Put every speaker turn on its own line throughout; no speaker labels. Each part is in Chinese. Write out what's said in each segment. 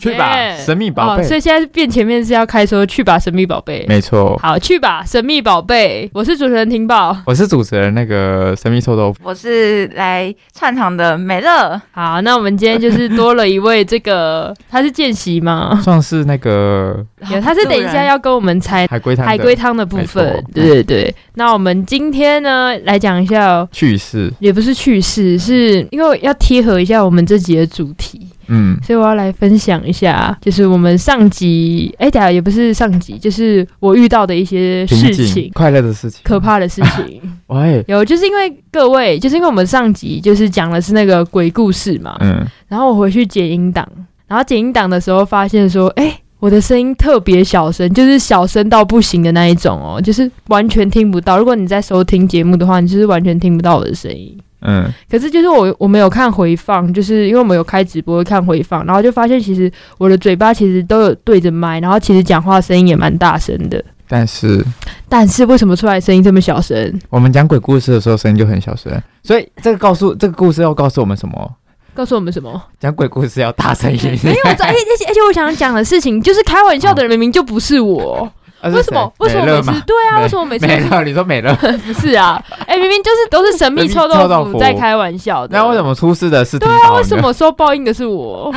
去吧
耶
神秘宝贝
哦。所以现在变前面是要开说去吧，神秘宝贝。
没错，
好，去吧，神秘宝贝。我是主持人婷宝。
我是主持人那个神秘臭豆腐，
我是来串场的美乐，
好，那我们今天就是多了一位这个，他是见习 吗？
算是那个
有，他是等一下要跟我们猜
海龟汤
哎海龟汤的部
没
分
错。
对对对，那我们今天呢来讲一下哦、
趣事。
也不是趣事，是因为要贴合一下我们这集的主题，
嗯，
所以我要来分享一下，就是我们上集，哎、等一下也不是上集，就是我遇到的一些
平
事
静
情，
快乐的事情。
可怕的事情。
喂，
有，就是因为各位，就是因为我们上集就是讲的是那个鬼故事嘛，
嗯，
然后我回去剪音档，然后剪音档的时候发现说，哎、我的声音特别小声，就是小声到不行的那一种哦，就是完全听不到。如果你在收听节目的话，你就是完全听不到我的声音。
嗯，
可是就是我我们有看回放，就是因为我们有开直播看回放，然后就发现其实我的嘴巴其实都有对着麦，然后其实讲话声音也蛮大声的，
但是
但是为什么出来声音这么小声？
我们讲鬼故事的时候声音就很小声，所以这个告诉这个故事要告诉我们什么？
告诉我们什么？
讲鬼故事要大声一点。
因为我在，而且而且我想讲的事情就是开玩笑的人明明就不是我，
啊
为什么？为什么每次？对啊？
美
为什么每
是
次
谁 美乐吗美乐，你说美 乐，
不是 啊？哎、明明就是都是神秘臭
神秘臭
豆
豆
腐
腐
在开玩笑的，
那为什？么出事的是？
对啊，为什？么说报应的是我？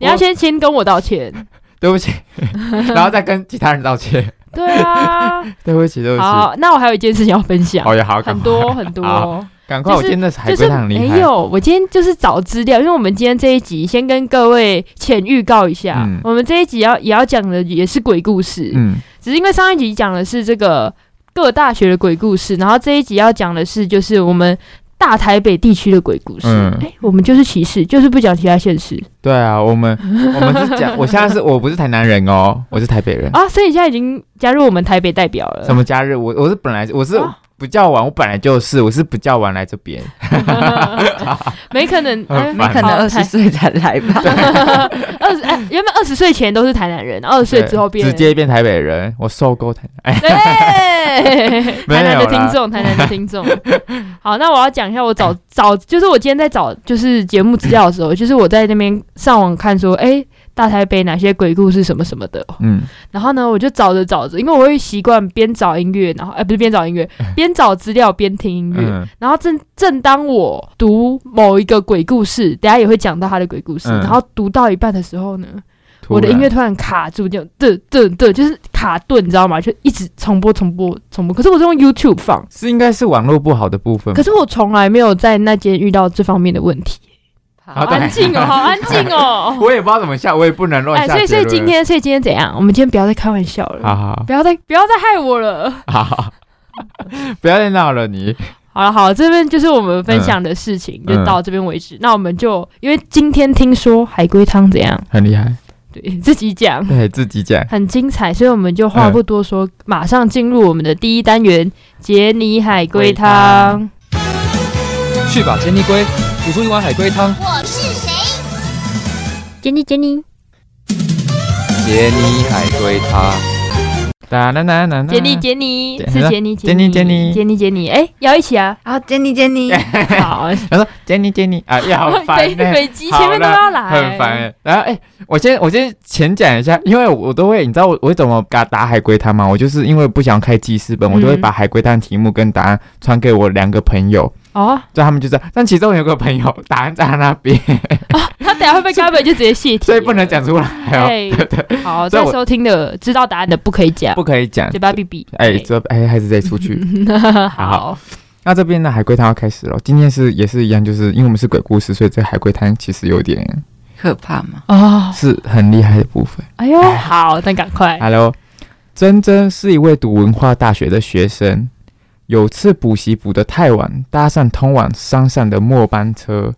你要先先跟我道歉。
对不起，然后再跟其他人道歉。
对啊，
对不起，对不起。
好，那我还有一件事情要分享，
哦也好，赶
很
快
多很
好
多，
赶快！
就
我
是
今天的海
就
龟
是
汤很厉
没
害。
有。我今天就是找资料，因为我们今天这一集先跟各位浅预告一下，
嗯
我们这一集要也要讲的也是鬼故事，
嗯，
只是因为上一集讲的是这个各大学的鬼故事，然后这一集要讲的是就是我们大台北地区的鬼故事。哎、
嗯
我们就是歧视，就是不讲其他县市
对啊，我 们我们是讲，我现在是我不是台南人哦，我是台北人。
啊，所以你现在已经加入我们台北代表了
什。么假日？我我是本来我是
啊
不叫晚，我本来就是我是不叫晚来这边。
没可能，
很
哎
烦
你可能
好
二十
台
岁才来吧？
二十，哎，原本二十岁前都是台南人，二十岁
对
之后变
直接变台北人，我受够台南。 哎，
对，
没
台南的
有啦
听众，台南的听众。 好，那我要讲一下，我找找，就是我今天在找就是节目资料的时候，就是我在那边上网看说，哎、大台北哪些鬼故事什么什么的。
嗯，
然后呢，我就找着找着，因为我会习惯边找音乐，然后哎、不是边找音 乐，边找资料边听音乐。
嗯
然后正正当我读某一个鬼故事，等下也会讲到他的鬼故事，
嗯
然后读到一半的时候呢，
突
我的
然
音乐突然卡住，就顿顿顿，就是卡顿，你知道吗？就一直重播、重播、重播。可是我是用 YouTube 放，
是应该是网络不好的部分吧
可。是我从来没有在那间遇到这方面的问题。
好
好
的
安静哦，好安静哦。
我也不知道怎么下，我也不能乱
哎，
下
所以
结
所以
论。
今天，所以今天怎样？我们今天不要再开玩笑了，
好好
不要再不要再害我了。
好好， 不要再闹了你。
好了，好，这边就是我们分享的事情，
嗯
就到这边为止。那我们就因为今天听说海龟汤怎样，
很厉害，
对自己讲
对自己讲。
很精彩，所以我们就话不多说，马上进入我们的第一单元——杰尼海龟汤。
去吧，杰尼龟，煮出一碗海龟汤。
我是谁？
杰尼杰尼
杰尼海龟汤，
哒啦啦啦啦。
杰尼杰尼
杰
是杰尼
杰尼杰尼
杰尼杰尼，哎，要一起 啊！
然后 Jenny Jenny，
好，
他说 Jenny Jenny 啊，也好烦
北
呢、
北极前面都要来，
很烦、欸。然后哎、我先我先浅讲一下，因为我都会，你知道我我怎么打打海龟汤吗？我就是因为不想开记事本，我就会
嗯
把海龟汤题目跟答案传给我两个朋友，
哦，
就他们就知道。但其中有个朋友 答案在他那边，
他等下会被根本就直接泄题，
所以不能。讲出来哦，
哎，好，
所以
在
我
收听的知道答案的不可以讲，
不可以讲
嘴。巴闭闭。
哎、这哎、还是得出去。
哎
好
好，
那这边呢，海龟汤要开始了。今天是也是一样，就是因为我们是鬼故事，所以这海龟汤其实有点
可怕吗？
哦，
是很厉害的部分。
哎呦，好，那赶快，
Hello，珍珍是一位读文化大学的学生。有次补习补得太晚，搭上通往山上的末班车，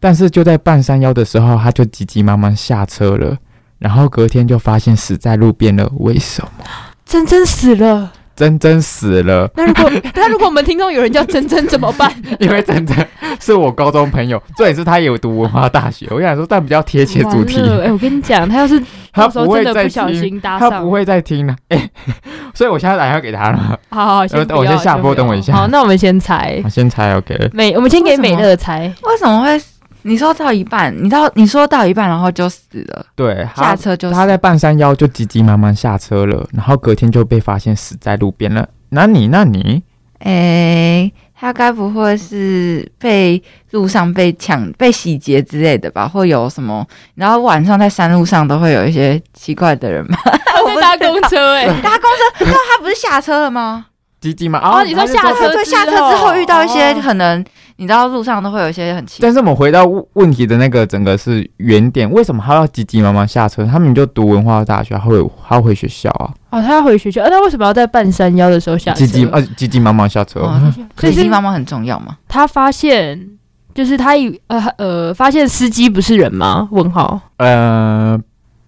但是就在半山腰的时候，他就急急忙忙下车了。然后隔天就发现死在路边了。为什么？
真真死了。
珍珍死了，
那如果 那如果我们听众有人叫真真怎么办？
因为珍珍是我高中朋友，重点是他也有读文化大学。我想说，但比较贴切主题，
完了哎，我跟你讲，他要是
他
到时
不
候
会
真的
再
不小
听，
心搭
他
上
不，会再听了、哎，所以我现在打电话给他了。
好好，先不
呃我
要
先下播
不要
等我一下
好，那我们先猜
我，先猜 OK。
美，我们先给
为 什
美
么
乐猜。
为什么会你说到一半，你到你说到一半，然后就死了，
对，
下
他
车就死
他在半山腰就急急忙忙下车了，然后隔天就被发现死在路边了。那你那你
诶、他该不会是被路上被抢、被洗劫之类的吧？会有什么？然后晚上在山路上都会有一些奇怪的人吧？
他在搭公 车哎、
搭公车，那他不是下车了吗？
急急忙
哦
啊！
你
然后
说
就
下
说
车
对，
之
下车之后
后
遇到一些
哦
可能，你知道路上都会有一些很奇怪。
但是我们回到问问题的那个整个是原点，为什么他要急急忙忙下车？他们就读文化大学，他会他会回学校啊，
哦，他要回学校，啊那为什么要在半山腰的时候下车？
急急呃急急忙忙下车。
哦
所以
急
是
急忙忙很重要嘛？
他发现，就是他以呃呃发现司机不是人吗？问号。
呃，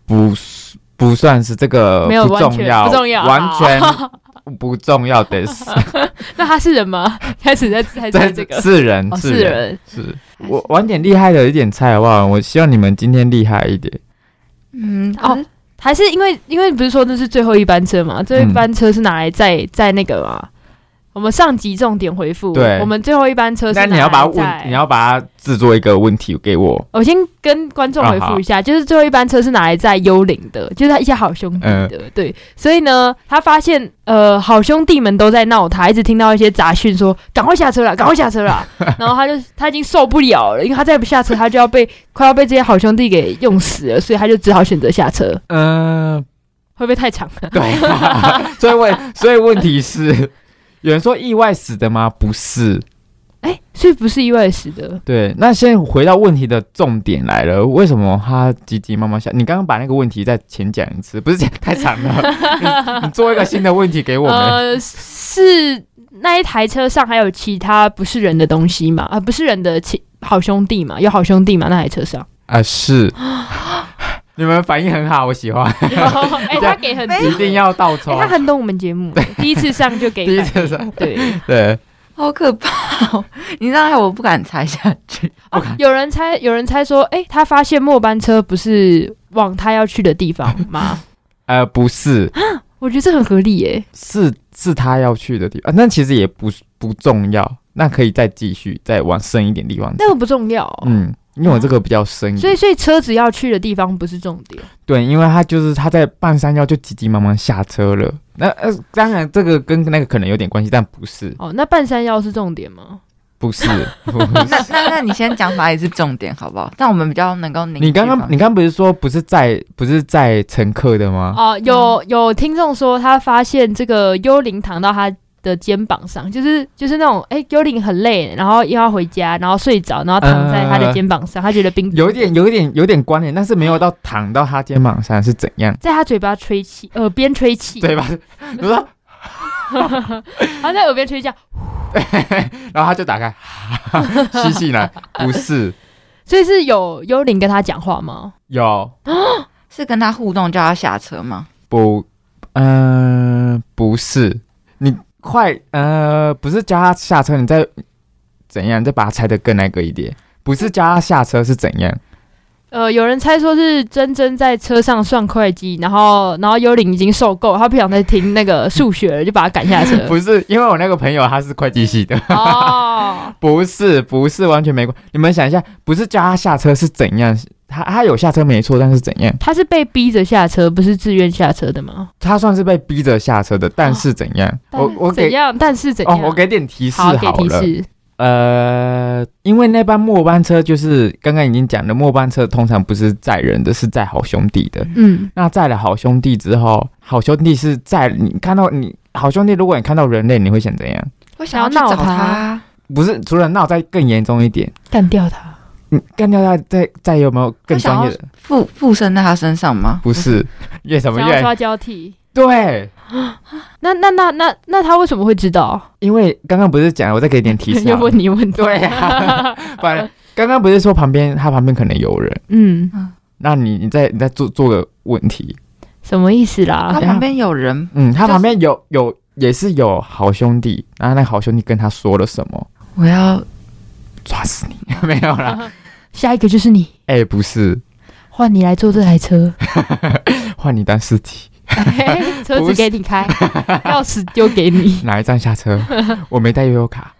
不是不算是这个
没有
不
完
重
全
要，
不重要
完
好
全 不重要的是
那他是人吗？ 开始在 在在这个。
是人
哦，
是
是
人
人，
是。我晚点厉害的一点菜好不好？我希望你们今天厉害一点。
嗯，
哦
哦，
还是因为因为不是说那是最后一班车嘛？
嗯
最后一班车是拿来载载那个嘛？我们上集重点回复，
对
我们最后一班车是
那
拿来
你要把它
载
问，你要把它制作一个问题给我。
我先跟观众回复
啊
一下，就是最后一班车是拿来载幽灵的，就是他一些好兄弟的，
嗯
对，所以呢，他发现呃好兄弟们都在闹他，一直听到一些杂讯说赶快下车啦，赶快下 车啦，然后他就他已经受不了了，因为他再不下车，他就要被快要被这些好兄弟给用死了，所以他就只好选择下车，
嗯、
会不会太长了？
对，啊所以问，所以问题是，有人说意外死的吗？不是，
哎，所以不是意外死的，
对。那现在回到问题的重点来了，为什么他急急忙忙下？你刚刚把那个问题再浅讲一次，不是讲太长 了你，你做一个新的问题给我们。
呃，是那一台车上还有其他不是人的东西嘛？啊、不是人的其好兄弟嘛，有好兄弟嘛？那台车 上，
啊、是，你们反应很好，我喜欢，
哎、
啊
他给很多，
一定要倒抽
哎、。他很懂我们节目，第一次上就给
啊 第一
反
次
应，
上，
对。啊
对，
好可怕、哦！ 你让害我不敢踩下去。
哦，有人猜，有人猜说，哎、他发现末班车不是往他要去的地方吗？
呃，不是，
我觉得这很合理耶、
是是他要去的地方，啊那其实也不不重要，那可以再继续再往深一点地方走。
那个不重要、
嗯，因为我这个比较深一
所以
点，
所以车子要去的地方不是重点。
对，因为他就是他在半山腰就急急忙忙下车了。那呃，当然这个跟那个可能有点关系，但不是，
哦，那半山腰是重点吗？
不是，不是
那那那你先讲法也是重点，好不好？但我们比较能够凝聚
你刚刚
方
你刚刚不是说不是载不是载乘客的吗？
哦，有有听众说他发现这个幽灵躺到他的肩膀上，就是就是那种哎、幽灵很累，然后又要回家，然后睡着，然后躺在他的肩膀上，他觉得冰
有一点有一点有一点关联，但是没有到躺到他肩膀上是怎样？
在他嘴巴吹气，耳边吹气，
对吧？ 你说，
他在耳边吹气，
然后他就打开，吸气来，不是
所以是有幽灵跟他讲话吗？
有
是跟他互动就要下车吗？
不，嗯、不是，你快，呃，不是叫他下车，你再怎样，再把它拆的更那个一点，不是叫他下车是怎 样？
呃，有人猜说是珍珍在车上算会计，然后然后幽灵已经受够了，他不想再听那个数学了，就把他赶下车。
不是，因为我那个朋友他是会计系 的，
哦，
不是，不是，完全没关。你们想一下，不是叫他下车是怎样？他他有下车没错，但是怎样？
他是被逼着下车，不是自愿下车的吗？
他算是被逼着下车的，但是怎样？我我
怎
给
样？哦但是怎
哦
样？，
我给点提示好
好给提
了。
示。
呃，因为那班末班车就是刚刚已经讲的，末班车通常不是载人的，是载好兄弟的。
嗯，
那载了好兄弟之后，好兄弟是载你看到你好兄弟，如果你看到人类，你会想怎样？
我想要去找
想要闹
他
他，
不是，除了闹，再更严重一点，
干掉他。
你干掉他，再再有没有更
我想
专
要
业的？
附附身在他身上吗？
不 是，越什么
想要
越
抓交替。
对，
那那那那那他为什么会知道？
因为刚刚不是讲，我再给点提示
又
好了，
问你问题。
对啊 呀、反正刚刚不是说旁边他旁边可能有人，
嗯，
那你你再你再做做个问题，
什么意思啦
他？旁边有人，
嗯，他
就是
旁边有有也是有好兄弟，然后那个好兄弟跟他说了什么？
我要
抓死你！ 没有啦，
Uh-huh 下一个就是你，
哎、不是，
换你来坐这台车，
换你当司机，
哎车子给你开，钥匙丢给你。
哪一站下车？我没带悠悠卡，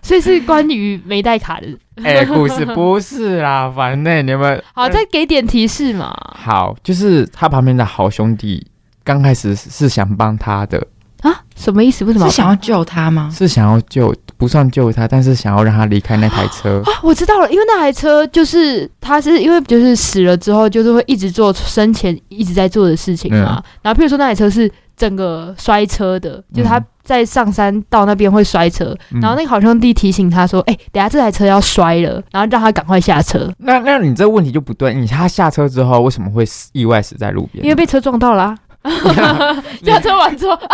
所以是关于没带卡的。
哎、故事不是 啦，反正你们
好，再给点提示嘛。
好，就是他旁边的好兄弟，刚开始是是想帮他的，
啊，什么意思？为什么
是想要救他吗？
是想要救，不算救他，但是想要让他离开那台车。
啊？我知道了，因为那台车就是他是因为就是死了之后，就是会一直做生前一直在做的事情嘛。然后譬如说那台车是整个摔车的，就是他
嗯嗯
在上山到那边会摔车，
嗯
然后那个好兄弟提醒他说：“哎、等下这台车要摔
嗯
了，然后让他赶快下车，
那那你这问题就不对，你他下车之后为什么会死意外死在路边？
因 为被车撞到啦、下车完之后啊，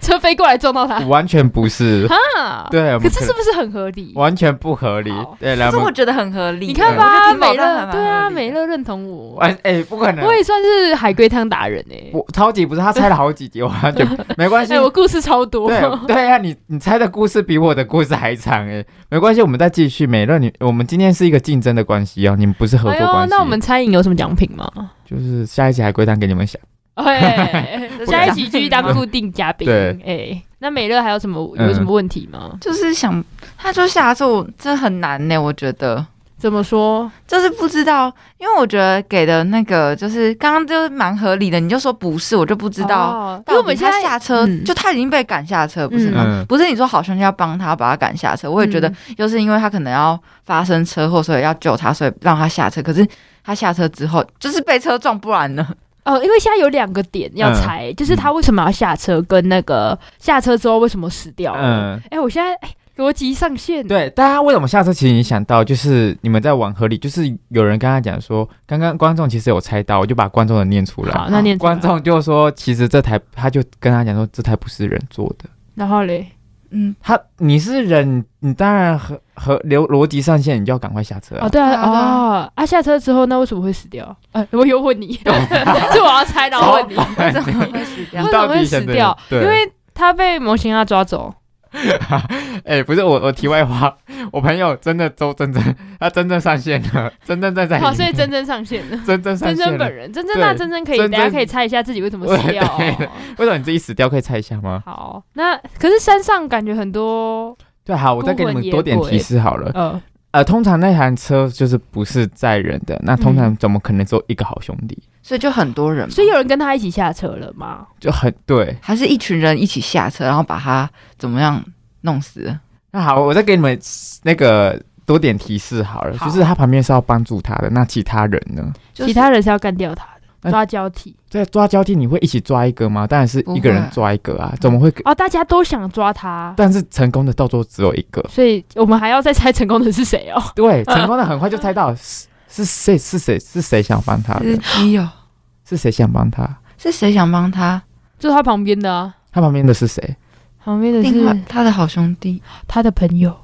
车飞过来撞到他
完全不是，
啊。
对，我
可
们
这是不是很合理？
完全不合理
好。
对，来
可是
我
我
们
觉得很合理，
你看
我
吧，
觉得
美
听宝藏
乐
还蛮
对
合
啊，
理的
美乐认同我，
完哎，不可能
我，也算是海龟汤达人哎、
我超级不是，他猜了好几 集，我完全没关系
哎、。我故事超多，
对啊对呀、你你猜的故事比我的故事还长哎，没关系，我们再继续。美乐，你我们今天是一个竞争的关系哦，你们不是 合
哎
作关
呦，
系。
那我们餐饮有什么奖品吗？
就是下一集海龟蛋给你们想。
哎， 下一集继续当固定嘉宾。
对
哎，那美乐还有什么
嗯
有什么问题吗？
就是想，他说下次我真的很难呢，我觉得。
怎么说？
就是不知道，因为我觉得给的那个就是刚刚就是蛮合理的，你就说不是，我就不知道。
哦，因
到
为
底
我们现
他
在
下车、
嗯
就他已经被赶下车，不是吗？
嗯
不是你说好兄弟要帮他把他赶下车，我也觉得
嗯
又是因为他可能要发生车祸，所以要救他，所以让他下车。可是他下车之后就是被车撞，不然呢？
哦，因为现在有两个点要猜，
嗯
就是他为什么要下车，跟那个下车之后为什么死掉。嗯，
嗯，
哎，我现在哎逻辑上线，
对，大家为什么下车？其实你想到就是你们在往河里，就是有人跟他讲说，刚刚观众其实有猜到，我就把观众的念出来。
好，那念出来
啊观，众就说，其实这台他就跟他讲说，这台不是人做的。
然后嘞，
嗯，
他你是人，你当然和和逻逻辑上线，你就要赶快下车、啊
哦，。对
对
啊，
啊对啊
哦，啊，下车之后那为什么会死掉？哎，我又问你， 是我要猜，然后哦问你。
为什么会死掉
哦 你
为？什
到
么
底
会
想
死
怎
掉
样？
因
对
为他被模型鸭抓走。
哎、不是我，我题外话， 我朋友真的周真真，他真正上线了， 真正在在里
好，
面，
所以真真上线了。
真正 上
真
线
真
了
本。人，真真
对
那真真可以，
真
大家
真
可以猜一下自己为什么死掉
对
哦
对。为什么你自己死掉？可以猜一下吗？
好，那可是山上感觉很多
对，好，我再给你们多点提示好了。
呃，
呃，通常那台车就是不是载人的，那通常怎么可能只有一个好兄弟？
所以就很多人嘛，
所以有人跟他一起下车了吗？
就很对。
还是一群人一起下车，然后把他怎么样弄死？
那好，我再给你们那个多点提示好了，
好
就是他旁边是要帮助他的，那其他人呢？
就是
其他人是要干掉他的，
哎
抓交替
在抓交替，你会一起抓一个吗？当然是一个人抓一个啊，怎么会？
哦，大家都想抓他，
但是成功的到最后只有一个，
所以我们还要再猜成功的是谁哦。
对，成功的很快就猜到是是谁是谁是谁想帮他
司
的，
机哦，
是谁想帮他？
是谁想帮他？
就他旁边的啊，
他旁边的是谁？
旁边的
另外
是
他的好兄弟，
他的朋友，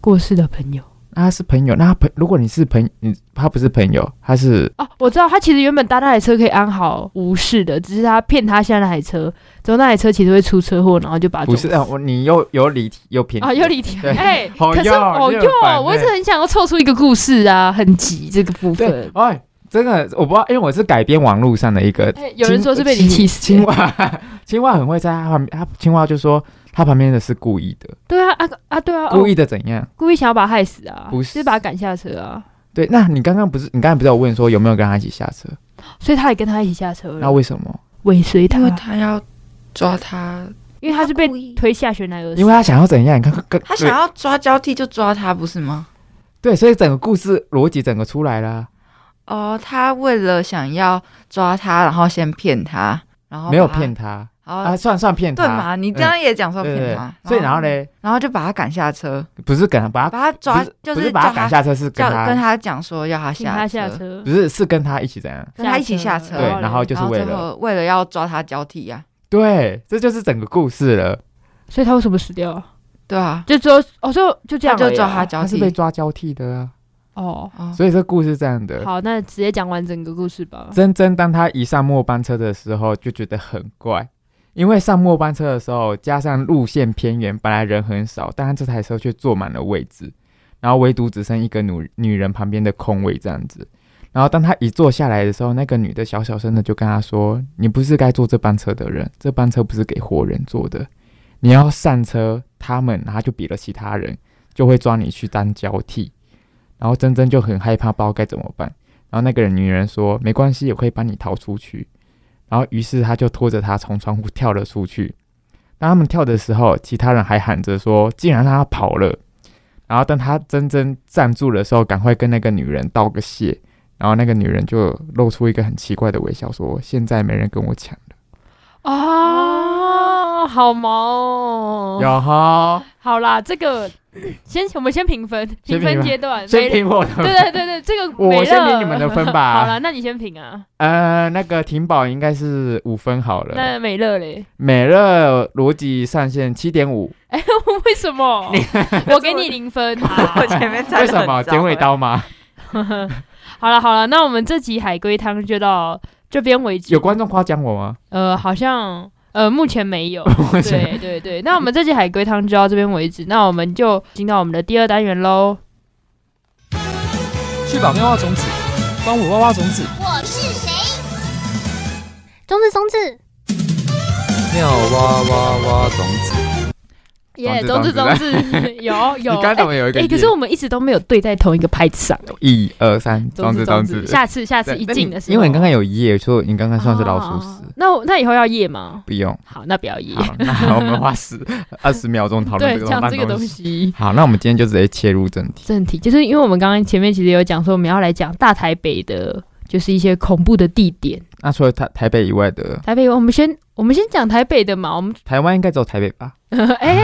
过世的朋友。
那啊他是朋友，那他朋如果你是朋，你他不是朋友，他是
哦，我知道，他其实原本搭那台车可以安好无事的，只是他骗他下那台车，之后那台车其实会出车祸，然后就把他
不
撞
是啊？我你又有理又偏
啊，又离题
对
哎、
好
可是
哟
哦
你
哟
很烦，
我一直
欸
很想要凑出一个故事啊，很急这个部
对
分。，
哎，真的我不知道，因为我是改编网络上的一个，
哎、有人
青
说是被你气死
青
的，
蛙， 青蛙很会在他旁边，他青蛙就说他旁边的是故意的，
对啊啊啊，对啊，哦
故意的怎样？
故意想要把他害死啊，
不
就是是把他赶下车啊，
对，那你刚刚不是你刚才不是有问说有没有跟他一起下车？
所以他也跟他一起下车
嗯
那
了，
为什么？
尾随他
因，
啊
为他要抓他，
因为他是被
故意
推下悬崖而死，
因为他想要怎样？你看看，看
他想要抓交替就抓他，不是吗？
对，所以整个故事逻辑整个出来了，
哦，他为了想要抓他，然后先骗他，然后
没有
哦把他
骗，他
然后、
啊，算算骗他，嗯
对嘛？你刚刚也讲说
对对
骗
对
他，
所以然后，嘞，
然后就把他赶下车，
不是赶把
把
他
他抓，就
不是把
叫
他赶下车，是跟
叫
他
跟他讲说要他
请
下
他下车
不，是是跟他一起怎样？
跟他一起下车
对，然后
嘞
就是
哦然后
为
最
了
后为了要抓他交替啊呀、
对，这就是整个故事了。
所以他为什么死掉？
对啊，
就只有哦，就就这
他
样而已啊，
就抓他交
他是
替
被。抓交替的啊，
哦。
哦，
所以这故事这样的。
好，那直接讲完整个故事吧。
真真当他一上末班车的时候，就觉得很怪，因为上末班车的时候，加上路线偏远，本来人很少，但他这台车却坐满了位置，然后唯独只剩一个女女人旁边的空位这样子。然后当他一坐下来的时候，那个女的小小声的就跟他说：“你不是该坐这班车的人，这班车不是给活人坐的，你要上车。”他们，然后就比了其他人，就会抓你去当交替。然后珍珍就很害怕，不知道该怎么办。然后那个人女人说：“没关系，我可以帮你逃出去。”然后于是他就拖着她从窗户跳了出去。当他们跳的时候，其他人还喊着说：“竟然让他跑了！”然后当他真正站住的时候，赶快跟那个女人道个谢。然后那个女人就露出一个很奇怪的微笑，说：“现在没人跟我抢了。
啊，好毛哦！
有哈，
好啦，这个先我们先评分，
先
评
评分
分阶段，
先
没
评我的
对对对对，这个
我
没
我先
了
评你们的分吧
好啦，那你先评啊。
呃，那个婷宝应该是五分好了，
那美乐嘞？
美乐逻辑上限七点五，
哎，为什 么？我给你零分。
我前面站
为
得很
什么
高
剪尾？刀吗？
好了好了，那我们这集海龟汤就到这边为止
有。观众夸奖我吗？
呃，好像呃目前 没有。
我觉得
对对对，那我们这集海龟汤就到这边为止，那我们就进到我们的第二单元喽。
去吧，妙蛙种子，帮我挖挖种子，
我是谁？中子松子，
妙蛙蛙挖种子。
耶，
中
中
指
指
中
中指， 有有。
你刚才
哎
怎么有一个
哎、
耶？
可是我们一直都没有对在同一个拍子啊上。
一二三，
中
中
指
指中
中指，
指，
下次下次
对
一
那
进
你
的时候，
因为你刚刚有夜，所以你刚刚算是老鼠屎
哦。那我那以后要夜吗？
不用，
好，那不要夜。
好，那我们花 十二十秒钟讨论
对
这，个
讲
烂
这个东
西。
西。
好，那我们今天就直接切入正题。
正题就是因为我们刚刚前面其实有讲说我们要来讲大台北的，就是一些恐怖的地点。
那除了台台北以外的，
台北，我们先我们先讲台北的嘛，我们
台湾应该只有台北吧？
哎、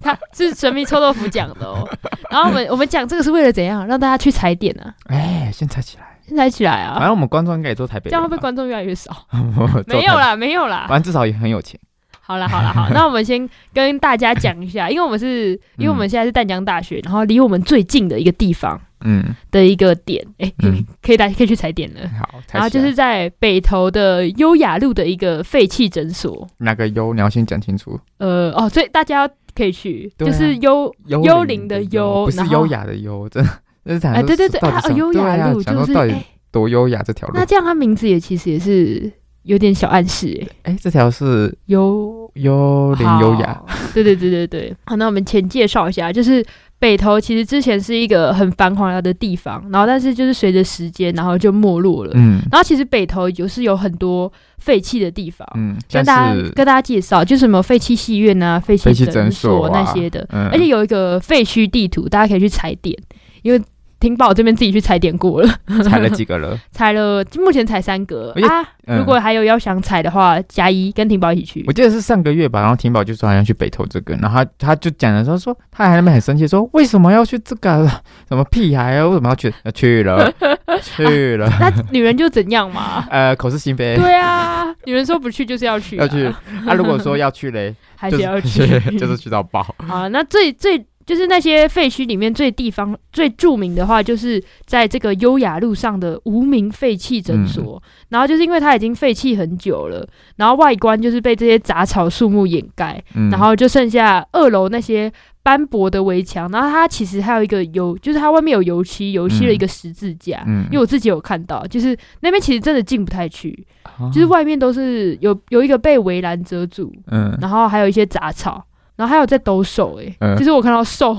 他是神秘臭豆腐讲的哦。然后我们我们讲这个是为了怎样？让大家去踩点啊，
哎，先猜起来。
先踩起来
反
啊，
正我们观众应该也做台北啊
这
人
样
吧，
会不会观众越来越少？
我做
没有
台
啦，没有
北，
啦。
反正至少也很有钱。
好啦，好啦，好，那我们先跟大家讲 一下，因为我们是，
嗯
因为我们现在是淡江大学，然后离我们最近的一个地方
嗯，
的一个点，哎、
嗯
可以大家可以去踩点了。
好，
然后
猜起
啊就
来
是在北投的优雅路的一个废弃诊所，
哪个优，你要先讲清楚。
呃，哦，所以大家可以去，
对啊
就是优幽
幽
灵的
幽，
幽
不是
然后
优雅的优， 真的。这是想
哎、
说
对对对，
到底
啊，
想
优
对
雅
啊
路
想
就
说
是，
到
哎、
底多优雅这条路
那。这样它名字也其实也是有点小暗示、哎，
哎，这条是
幽
幽灵优雅，
好。对对对对对，好，那我们前介绍一下，就是北投其实之前是一个很繁华的地方，然后但是就是随着时间，然后就没落了。
嗯
然后其实北投就是有很多废弃的地方，
嗯，但
跟大家
是
跟大家介绍，就是什么废弃戏院啊、废
废弃
诊
诊所啊
那些的，
嗯
而且有一个废墟地图，大家可以去踩点，因为听宝这边自己去踩点过了，
踩了几个了，
踩了目前踩三个
而且
啊。
嗯
如果还有要想踩的话，加一跟婷宝一起去
我。记得是上个月吧，然后婷宝就说好像去北投这个，然后他他就讲的时候说，他还在那边很生气，说为什么要去这个啊， 什么屁孩啊，为什么要去？ 呃去 了，去了，？
那女人就怎样嘛
呃，口是心非，
啊对啊，女人说不去就是要去、啊，
要去。啊，如果说要去嘞，
还
就是。
要去
就是去到爆，
啊，那最最就是那些废墟里面最地方最著名的话，就是在这个优雅路上的无名废弃诊所。
嗯
然后就是因为它已经废弃很久了，然后外观就是被这些杂草树木掩盖，
嗯
然后就剩下二楼那些斑驳的围墙。然后它其实还有一个油，就是它外面有油漆，油漆了一个十字架。
嗯
因为我自己有看到，就是那边其实真的进不太去，
啊
就是外面都是有有一个被围栏遮住，
嗯，
然后还有一些杂草，然后还有在抖手、欸，
嗯
就是我看 到兽，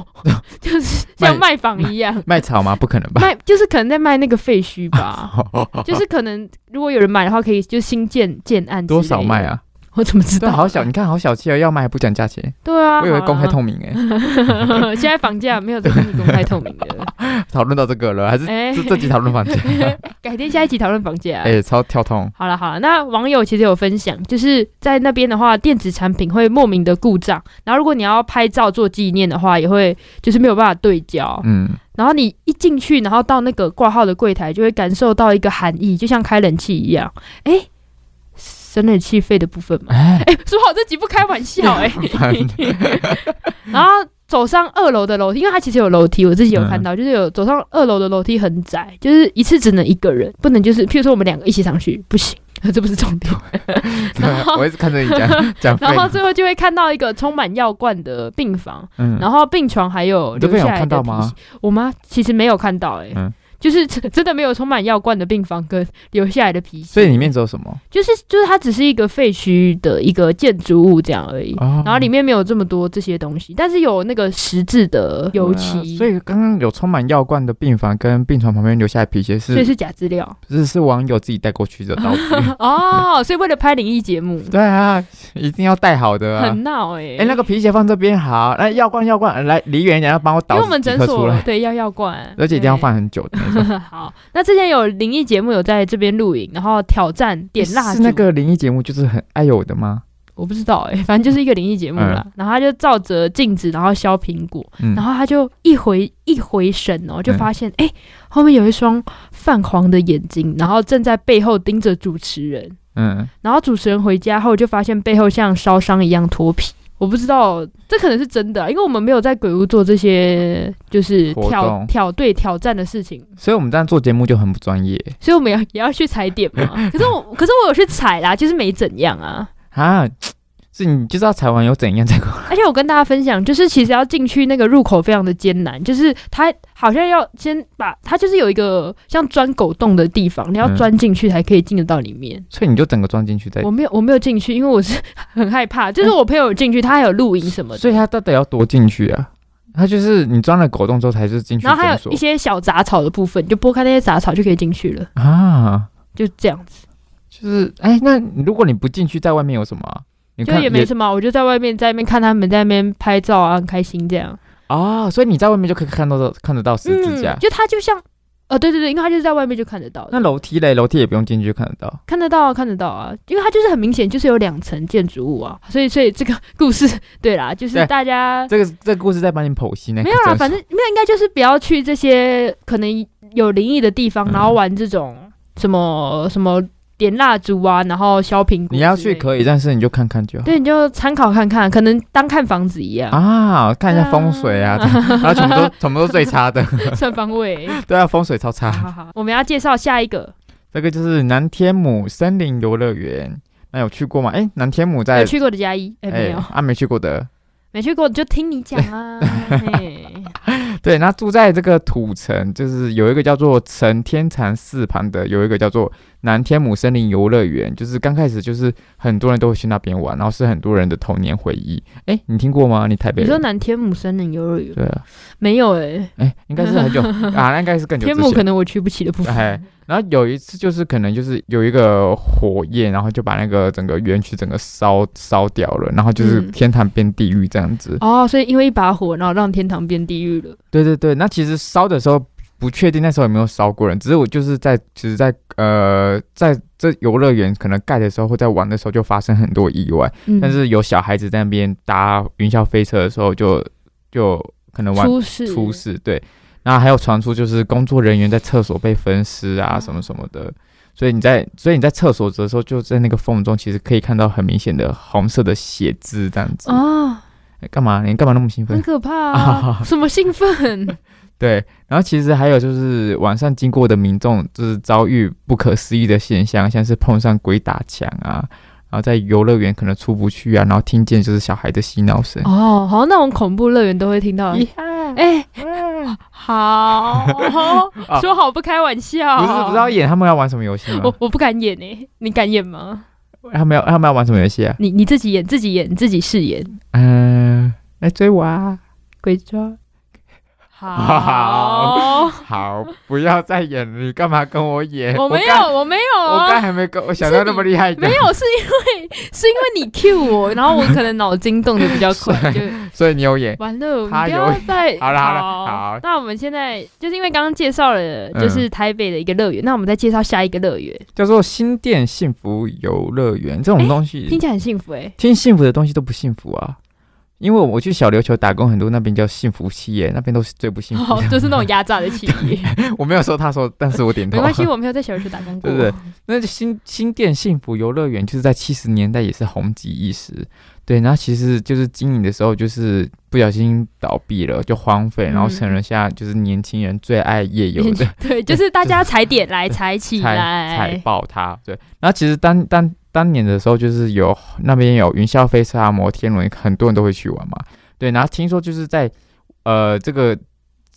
就是像卖房一样
卖草吗？不可能吧？
卖，就是可能在卖那个废 墟吧，就是可能如果有人买的话，可以就新建建案之类
多
的
少卖？啊？
我怎么知
对，
道？
好小，你看好小气哦，要卖还不讲价钱，
对啊，
我以为
好啦
公开。透明哎。
现在房价没有这么公开透明 的，
讨论到这个了，还是
哎
这这集讨论 房间？
改天下一集讨论房价。啊
哎，超跳痛，
好了好了，那网友其实有分享，就是在那边的话，电子产品会莫名的故障，然后如果你要拍照做纪念的话，也会就是没有办法对焦，
嗯
然后你一进去，然后到那个挂号的柜台，就会感受到一个寒意，就像开冷气一样。哎，省冷气费的部分嘛，
哎，
哎，说好这集不开玩笑哎、 然后走上二楼的楼梯，因为它其实有楼梯，我自己有
嗯
看到，就是有走上二楼的楼梯很窄，就是一次只能一个人，不能就是譬如说我们两个一起上去不行，这不是重点。然后
我一直看着你 讲讲 废
然，后最后就会看到一个充满药罐的病房，
嗯
然后病床还有
你这
留
边
下
有
来
看
的
到
皮
吗
屑？我妈其实没有看到、欸，哎、
嗯
就是真真的没有充满药罐的病房跟留下来的皮屑，
所以里面只有什么？
就是就是它只是一个废墟的一个建筑物这样而已。
哦
然后里面没有这么多这些东西，但是有那个实质的油
呃
漆，
所以刚刚有充满药罐的病房跟病床旁边留下的皮鞋
所以
是
是假 资料
是是网友自己带过去的 道具。
哦。所以为了拍灵异节目，
对啊，一定要带好的啊。
很闹哎、
哎、那个皮鞋放这边好，那药罐药罐呃来离远一点，要帮我
因
倒
为我们
几
诊
颗出
所
来，
对要药罐，
而且一定要
对
放很久的那种。
好，那之前有灵异节目有在这边录影，然后挑战 点蜡
是
烛，
那个灵异节目，就是很爱有的吗？
我不知道哎、反正就是一个灵异节目啦。然后他就照着镜子，然后削苹果，
嗯
然，后他就一回一回神哦，就发现哎、诶后面有一双泛黄的眼睛，然后正在背后盯着主持人。
嗯，
然后主持人回家后就发现背后像烧伤一样脱皮。我不知道，这可能是真的啊，因为我们没有在鬼屋做这些就是
活
挑
动
挑对挑战的事情，
所以我们这样做节目就很不专业
所以我们要也要去踩 点嘛。可是我，可是我有去踩啦，就是没怎样啊。
啊。是你就知道采完有怎样再过来，
而且我跟大家分享，就是其实要进去那个入口非常的艰难，就是它好像要先把它就是有一个像钻狗洞的地方，你要
嗯
钻进去才可以进得到里面。
所以你就整个装进去再
我没有我没有进去，因为我是很害怕。就是我朋友有进去，他还有录影什么的，
所以他到底要多进去啊？他就是你钻了狗洞之后才是进去
然后还
诊
有
所
一些小杂草的部分，就拨开那些杂草就可以进去了，
啊，
就这样子，
就是哎、那如果你不进去，在外面有什么啊、你
就
看
也没什么啊。我就在外面在那边看他们在那边拍照啊，很开心这样。
哦，所以你在外面就可以看到看得到十字架。
嗯就他就像，呃，对对对，因为他就是在外面就看得到的
那楼梯嘞，楼梯也不用进去就看得到。
看得到啊，看得到啊，因为它就是很明显就是有两层建筑物啊，所以所以这个故事 对啦，就是
对哎
大家
这个这个故事在帮你剖析呢。
没有啦，
诊所
反正没有应该就是不要去这些可能有灵异的地方，
嗯
然后玩这种什么什么点蜡烛啊，然后削苹果之类的。
你要去可以，但是你就看看就好。
对，你就参考看看，可能当看房子一样，
啊，看一下风水啊， 这样然后全部都全部都最差的，
算 方位。
对啊，风水超
好
差。
好好，我们要介绍下一个，
这个就是南天母森林游乐园，那有去过吗？哎，南天母
有
在
去过的加一，哎、没有，
啊没去过的，
没去过就听你讲 啊。嘿
对，那住在这个土城，就是有一个叫做城天禅寺旁的，有一个叫做南天母森林游乐园，就是刚开始就是很多人都会去那边玩，然后是很多人的童年回忆。哎、你听过吗？你台北
你说
人？
南天母森林游乐园
对啊，
没有哎、
哎、应该是很 久啊，那应该是更久
天
之
母可
前。
能我去不起的部分。
哎，然后有一次就是可能就是有一个火焰，然后就把那个整个园区整个烧烧掉了，然后就是
嗯
天堂变地狱这样子。
哦，所以因为一把火，然后让天堂变地狱了。
对对对，那其实烧的时候不确定那时候有没有烧过人，只是我就是在，其实在呃，在这游乐园可能盖的时候或在玩的时候就发生很多意外，
嗯
但是有小孩子在那边搭云霄飞车的时候就就可能玩
出事
出事，对。然后还有传出就是工作人员在厕所被分尸啊什么什么的，所以你在所以你在厕所的时候就在那个缝中，其实可以看到很明显的红色的血渍这样子。
啊，
哎干嘛？你干嘛那么兴奋
很？可怕 啊！
啊
什么兴奋？
对，然后其实还有就是晚上经过的民众，就是遭遇不可思议的现象，像是碰上鬼打墙啊，然后在游乐园可能出不去啊，然后听见就是小孩的嬉闹声。
哦，好像那种恐怖乐园都会听到。哎，好，说好不开玩笑。
啊不是不知道演他们要玩什么游戏吗
我？我不敢演哎，你敢演吗？
他们要他们要玩什么游戏啊？
你你自己演，自己演，自己饰演
嗯、来追我啊！
鬼抓。好
好， 好，不要再演了，你干嘛跟 我演？
我没有
刚，，
我没有
我刚
啊。
还没跟我想到那么厉害的
没，有，是因为 是因为你 Q 我，然后我可能脑筋动的比较快，就
所以你有演。
完了，你
他
不
有
要再
好了好了好
那我们现在就是因为刚刚介绍了
嗯
就是台北的一个乐园，那我们再介绍下一个乐园，
叫做新店幸福游乐园这种东西，
听起来很幸福哎、
听幸福的东西都不幸福啊，因为我去小琉球打工，很多那边叫幸福企业，那边都是最不幸福
哦
的。，
就是那种压榨的企业，
我没有说他说，但是我点头。
没 关系，我没有在小琉球打工过，
对对那新新店幸福游乐园就是在七十年代也是红极一时，对，然后其实就是经营的时候就是不小心倒闭了，就荒废，
嗯
然后成了下就是年轻人最爱夜游的，
对就是大家踩点来踩起
踩踩
来，
爆它。对，然后其实当当当年的时候，就是有那边有云霄飞车啊、摩天轮，很多人都会去玩嘛。对，然后听说就是在呃这个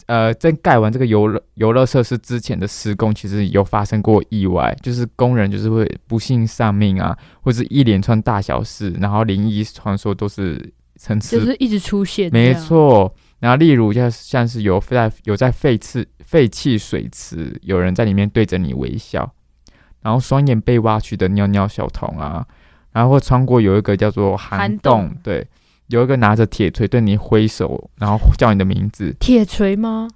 呃，在盖完这个游乐游乐设施之前的施工，其实有发生过意外，就是工人就是会不幸丧命啊，或是一连串大小事，然后灵异传说都是层
就
次
是一直出现，
没，错。然后，例如像像是有在有在废弃废弃水池，有人在里面对着你微笑，然后双眼被挖去的尿尿小童啊，然后穿过有一个叫做
涵
涵
洞
洞，对，有一个拿着铁锤对你挥手，然后叫你的名字。
铁锤吗？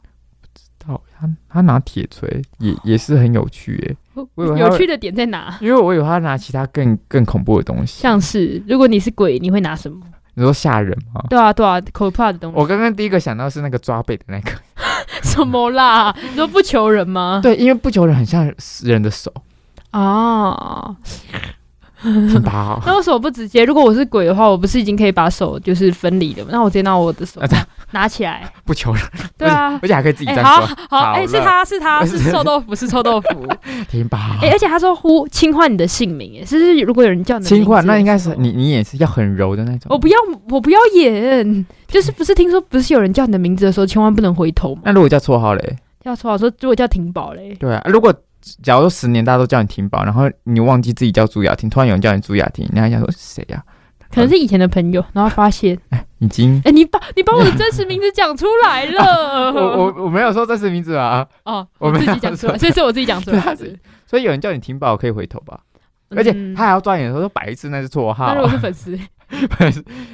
哦，他他拿铁锤也也是很有趣耶，我以为他会
有趣的点在哪？
因为我以为他拿其他更更恐怖的东西，
像是如果你是鬼，你会拿什么？
你说吓人吗？
对啊，对啊，可怕的东西。
我刚刚第一个想到是那个抓背的那个，
什么啦？你说不求人吗？
对，因为不求人很像人的手，
啊，
请打好。
那为什么不直接？如果我是鬼的话，我不是已经可以把手就是分离了吗？那我直接拿我的手
啊对
拿起来。
不求人，
对啊，
而且还可以自己
哎、
这样
好
说，
好，哎、
了
是他是他是
是
臭豆腐是 臭豆腐。
挺吧
哎、？而且他说呼轻唤你的姓名，哎，是不是如果有人叫你的
轻
名
快，
字
那
的
应该
时
是
候
你，你也是要很柔的那种。
我不要，我不要演，就是不是听说不是有人叫你的名字的时候，千万不能回头吗？
那如果叫绰号嘞？
要说啊好说，如果叫婷宝嘞，
对啊，如果假如十年大家都叫你婷宝，然后你忘记自己叫朱雅婷，突然有人叫你朱雅婷，你还想说是谁呀？
可能是以前的朋友，然后发现，
已经
哎、你把你把我的真实名字讲出来 了，
我我我没有说真实名字啊，
哦，
我
我
没
自
有
己讲出来，
说
所以是我自己讲出 来嗯
对啊
的。
所以有人叫你婷宝可以回头吧？
嗯
而且他还要抓你的时候说白痴，那是绰
那如 果
号，
是粉丝，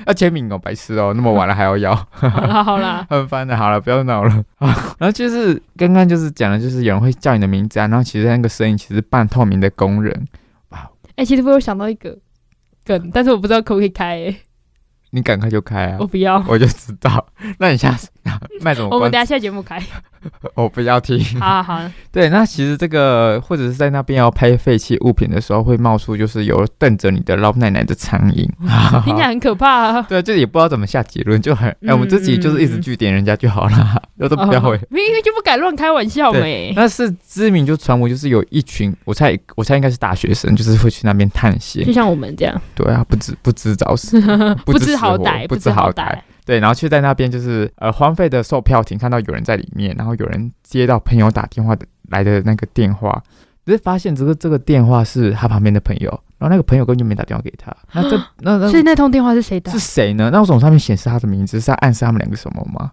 要签名哦，白痴哦，那么晚了还要要，
好啦好啦，
很烦的。好了，不要闹了。 然后就是刚刚就是讲的，就是有人会叫你的名字啊，然后其实那个声音其实半透明的工人，
哎、其实我有想到一个梗，但是我不知道可不可以开、欸，
你赶快就开啊
我！不要。
我就知道， 那你 下次卖什么
哦我们
关
等
子？
一下下节 目开，
我不要听。
好啊好啊，
对，那其实这个或者是在那边要拍废弃物品的时候，会冒出就是有瞪着你的老奶奶的苍蝇。
哦听起来很可怕啊。
对，就也不知道怎么下结论，就很哎、我们自己就是一直据点人家就好了， 那、都不要回。
嗯哦因为就不敢乱开玩笑欸没。
那是知名就传闻，就是有一群，我猜我猜应该是大学生，就是会去那边探险
就。像我们这样，
对啊，不知不知找死， 不
知
知
好
死活
歹，
不
知
知好
歹
歹。。对，然后却在那边就是呃荒废的售票亭看到有人在里面，然后有人接到朋友打电话的来的那个电话，只是发现这个这个电话是他旁边的朋友，然后那个朋友根本就没打电话给他。那这那那
所以那通电话是谁打
是？谁呢？那为什么上面显示他的名字？是在暗示他们两个什么吗？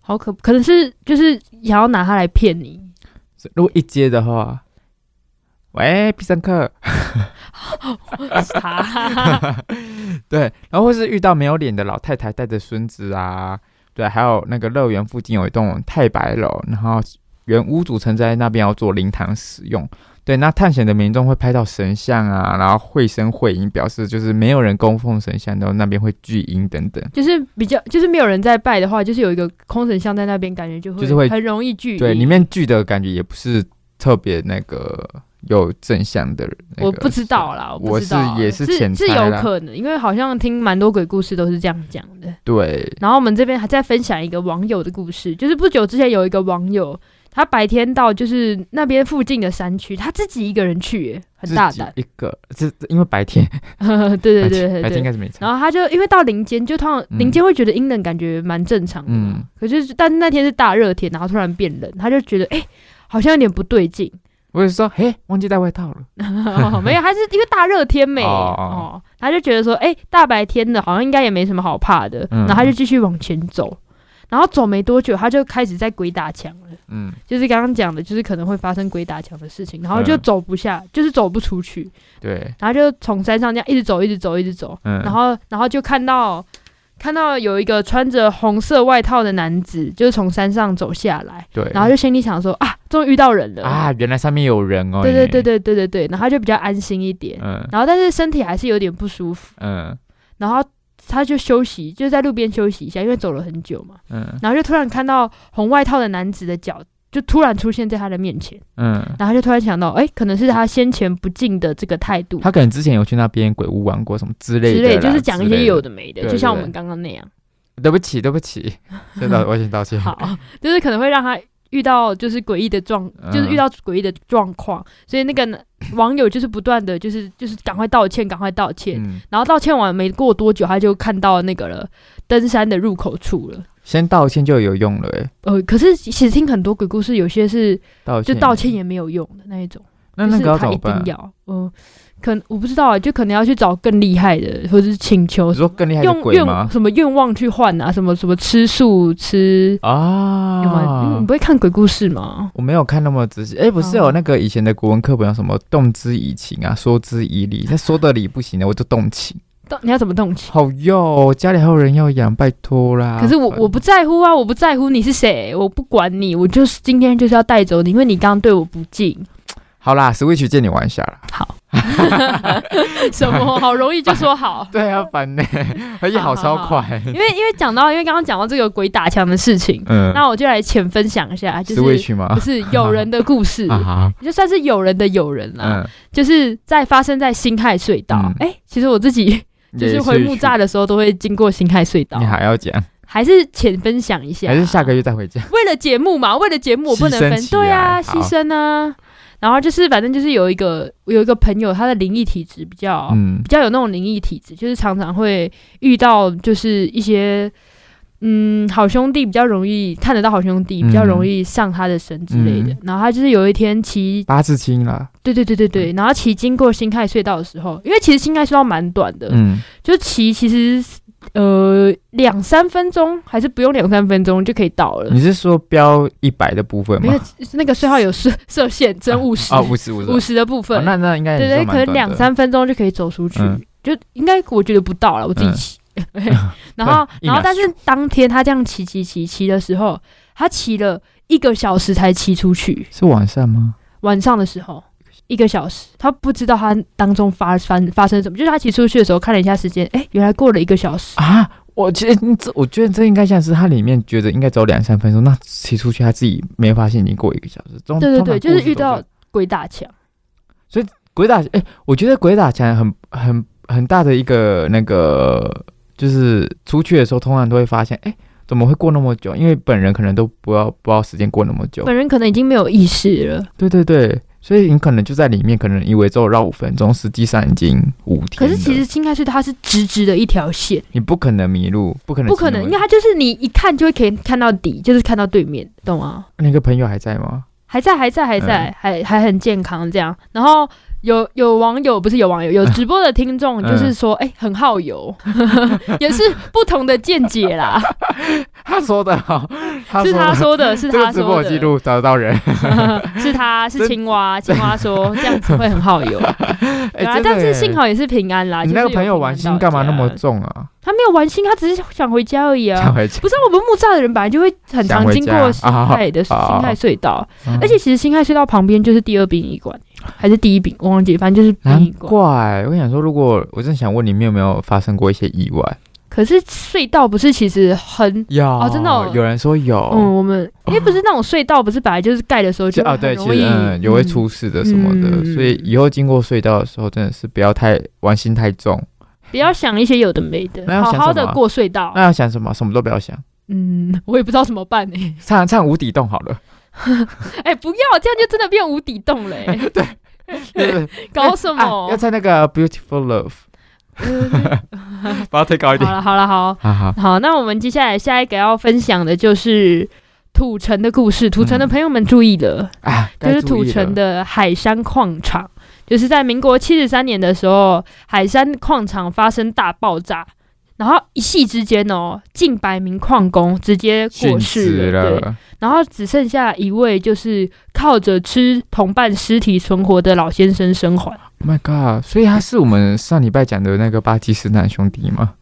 好可，可能是就是想要拿它来 骗你。
是如果一接的话，喂，必胜客，
啊
对，然后或是遇到没有脸的老太太带着孙子啊，对，还有那个乐园附近有一栋太白楼，然后原屋主曾在那边要做灵堂使用。对，那探险的民众会拍到神像啊，然后绘声绘影，表示就是没有人供奉神像，然后那边会聚阴等等。
就是比较，就是没有人在拜的话，就是有一个空神像在那边，感觉就会
就是会
很容易聚
对，
集
里面聚的感觉也不是特别那个有正向的人。那
我
个
不知道啦，
是
不知道啊
我是也是
是
浅
是
猜
有
啦
可能，因为好像听蛮多鬼故事都是这样讲的。
对，
然后我们这边还在分享一个网友的故事，就是不久之前有一个网友，他白天到就是那边附近的山区，他自己一个人去耶，很大
自己
胆。
一个，这这因为白天，白天白
对对对对
天应
对。
该是没差。
然后他就因为到林间，就通常
嗯
林间会觉得阴冷，感觉蛮正常的嘛。
嗯
可是但那天是大热天，然后突然变冷，他就觉得哎、好像有点不对 劲。
我就说，嘿，忘记带外套了。
哦没有，还是因为大热天美
哦哦
哦，他就觉得说，哎、大白天的，好像应该也没什么好怕的，
嗯
然后他就继续往前走，然后走没多久，他就开始在鬼打墙了，
嗯，
就是刚刚讲的，就是可能会发生鬼打墙的事情，然后就
嗯
走不下，就是走不出去，
对，
然后就从山上这样一直走，一直走，一直走，
嗯，
然后然后就看到看到有一个穿着红色外套的男子，就是从山上走下来，
对，
然后就心里想说，啊，终于遇到人了，
啊，原来上面有人哦。
对对对
对，
对对对对，然后他就比较安心一点。
嗯
然后但是身体还是有点不舒服，
嗯
然后他就休息，就在路边休息一下，因为走了很久嘛，
嗯
然后就突然看到红外套的男子的脚。就突然出现在他的面前，
嗯，
然后他就突然想到，哎、可能是他先前不敬的这个态度
他可能之前有去那边鬼屋玩过什么之类
之
的
类，
啦，
就是讲一
之类
些
的
有的没的，
对
就像
对
我们刚刚那样。
对不起，对不 起，先道，我先道歉。
好， 就是可能会让他遇到就是诡异的状，
嗯
就是遇到诡异的状况，所以那个呢网友就是不断的就是就是赶快道歉，赶快道歉，
嗯，
然后道歉完没过多久，他就看到那个了登山的入口处了。
先道歉就有用了、欸，
呃，可是其实听很多鬼故事，有些是
道歉
就道歉也没有用的那一种，
那那个
就
要
是他
怎
一
么办
定？要，嗯、可能我不知道啊，就可能要去找更厉害的，或者是请求
你说更厉害的
用
鬼
愿
吗？
什么愿望去换啊，什么什么吃素吃，有吗？你
啊
你，不会看鬼故事吗？
我没有看那么仔细。哎、不是
哦
有那个以前的国文课本有什么动之以情啊，说之以理，那说的理不行的，我就动情。
到你要怎么动情？
好哟，家里还有人要养，拜托啦。
可是我我不在乎啊，我不在乎你是谁，我不管你，我就是今天就是要带走你，因为你刚刚对我不敬。
好啦，Switch 借你玩一下啦。。
什么？好容易就说好
对啊，烦 呢、而且好超
好好
快。
因为因为讲到，因为刚刚讲到这个鬼打墙的事情，
嗯
那我就来浅分享一下，就是
，Switch 吗
不？是友人的故事，
啊，
就算是友人的友人啦，
嗯，
就是在发生在辛亥隧道
嗯。
哎，其实我自己就是回木栅
的，
的时候都会经过辛亥隧道
你，还要讲，
还是浅分享一下，
还是下个月再回家？
为了节目嘛，为了节目我不能
牺牲
分，
起来
对啊，
好
牺牲啊。然后就是反正就是有一个有一个朋友，他的灵异体质比较、
嗯
比较有那种灵异体质，就是常常会遇到就是一些嗯好兄弟比较容易看得到好兄弟，
嗯
比较容易上他的身之类的。
嗯
然后他就是有一天骑，
八字清啦，
对对对对
嗯
对，然后骑经过新亥隧道的时候，因为其实新亥隧道蛮短的，
嗯，
就骑其实呃两三分钟还是不用两三分钟就可以到了。
你是说标一百的部分
呃没
吗
有？那个税号有设设限，只有五十
啊，五十五十
五，十的部分，
哦那那应该也
对
算
对，
蛮
可能
短
两
的
三分钟就可以走出去，
嗯
就应该我觉得不到了，我自己 骑。然后，
一
然
秒
后但是当天他这样骑骑骑骑的时候，他骑了一个小时才骑出去，
是晚上吗？
晚上的时候。一个小时，他不知道他当中发发发生什么，就是他骑出去的时候看了一下时间，哎、原来过了一个小时，
啊，我觉得这，我觉得这应该像是他里面觉得应该只有两三分钟，那骑出去他自己没发现已经过一个小时。对
对对对，就是遇到鬼打墙，
鬼打，哎、我觉得鬼打墙很很很大的一个那个，就是出去的时候通常都会发现，哎、怎么会过那么久？因为本人可能都不要不知道时间过那么久。
本人可能已经没有意识了，
对对对，所以你可能就在里面，可能以为只有绕五分钟，实际上已经五天
可
了。
是其实新开隧道它是直直的一条线，
你不可能迷路，不可能
不可能，因
骑那
为
么久。
它就是你一看就会可以看到底，就是看到对面，懂吗？
那个朋友还在吗？
还在，还在，还
嗯
在，还还很健康这样。然后有有网友不是有网友有直播的听众，
嗯
就是说，哎、很好游， 也是不同的见解啦，
他说 的、哦， 他
是
说
他
的
说的，是
这个
他
直播
说
有记
的，
录找得到人，
是他是
真
青蛙，青蛙说这样子会很好游，
哎
对啊
真，的
但是
耶
幸好也是平安啦。
你
就是
那个
有
朋友
平
玩
安
心
到
干嘛那么
家？
重啊？
他没有玩心，他只是想回家而 已啊
想。回家
不是我们木栅的人本来就会很
想
常
回
经
家
过新海的新
啊啊
海隧道，
嗯
而且其实新海隧道旁边就是第二殡仪馆，还是第一殡，我忘记，反正就是殡
难
仪馆。
怪我想说，如果我真的想问你们有没有发生过一些意外？
可是隧道不是其实很，
有
哦真的哦
有人说有，
嗯，我们因为不是那种隧道，不是本来就是盖的时候
就
就
啊对，
很
其
容
实
易
嗯有会出事的什么的，
嗯
所以以后经过隧道的时候，真的是不要太玩心太重。
不要想一些有的没的
那，要
好
想
好
什
的
么啊
过隧道
那。要想什么？什么都不要想，
嗯，我也不知道怎么办呢、欸
唱唱无底洞好了。
哎、不要这样就真的变无底洞 了、欸，
对对
搞什么？嗯
啊要唱那个 Beautiful Love，把它推高一
好
点。
了好了好，
好好，
好，那我们接下来下一个要分享的就是土城的故事。土城的朋友们注意了，
啊，
就
嗯该
是
注
土
意
城
了
的海山矿场，就是在民国七十三年的时候，海山矿场发生大爆炸。然后一夕之间哦，近百名矿工直接过
殉
世
职
了，对。
了，
然后只剩下一位，就是靠着吃同伴尸体存活的老先生生还。
Oh my god！所以他是我们上礼拜讲的那个巴基斯坦兄弟吗？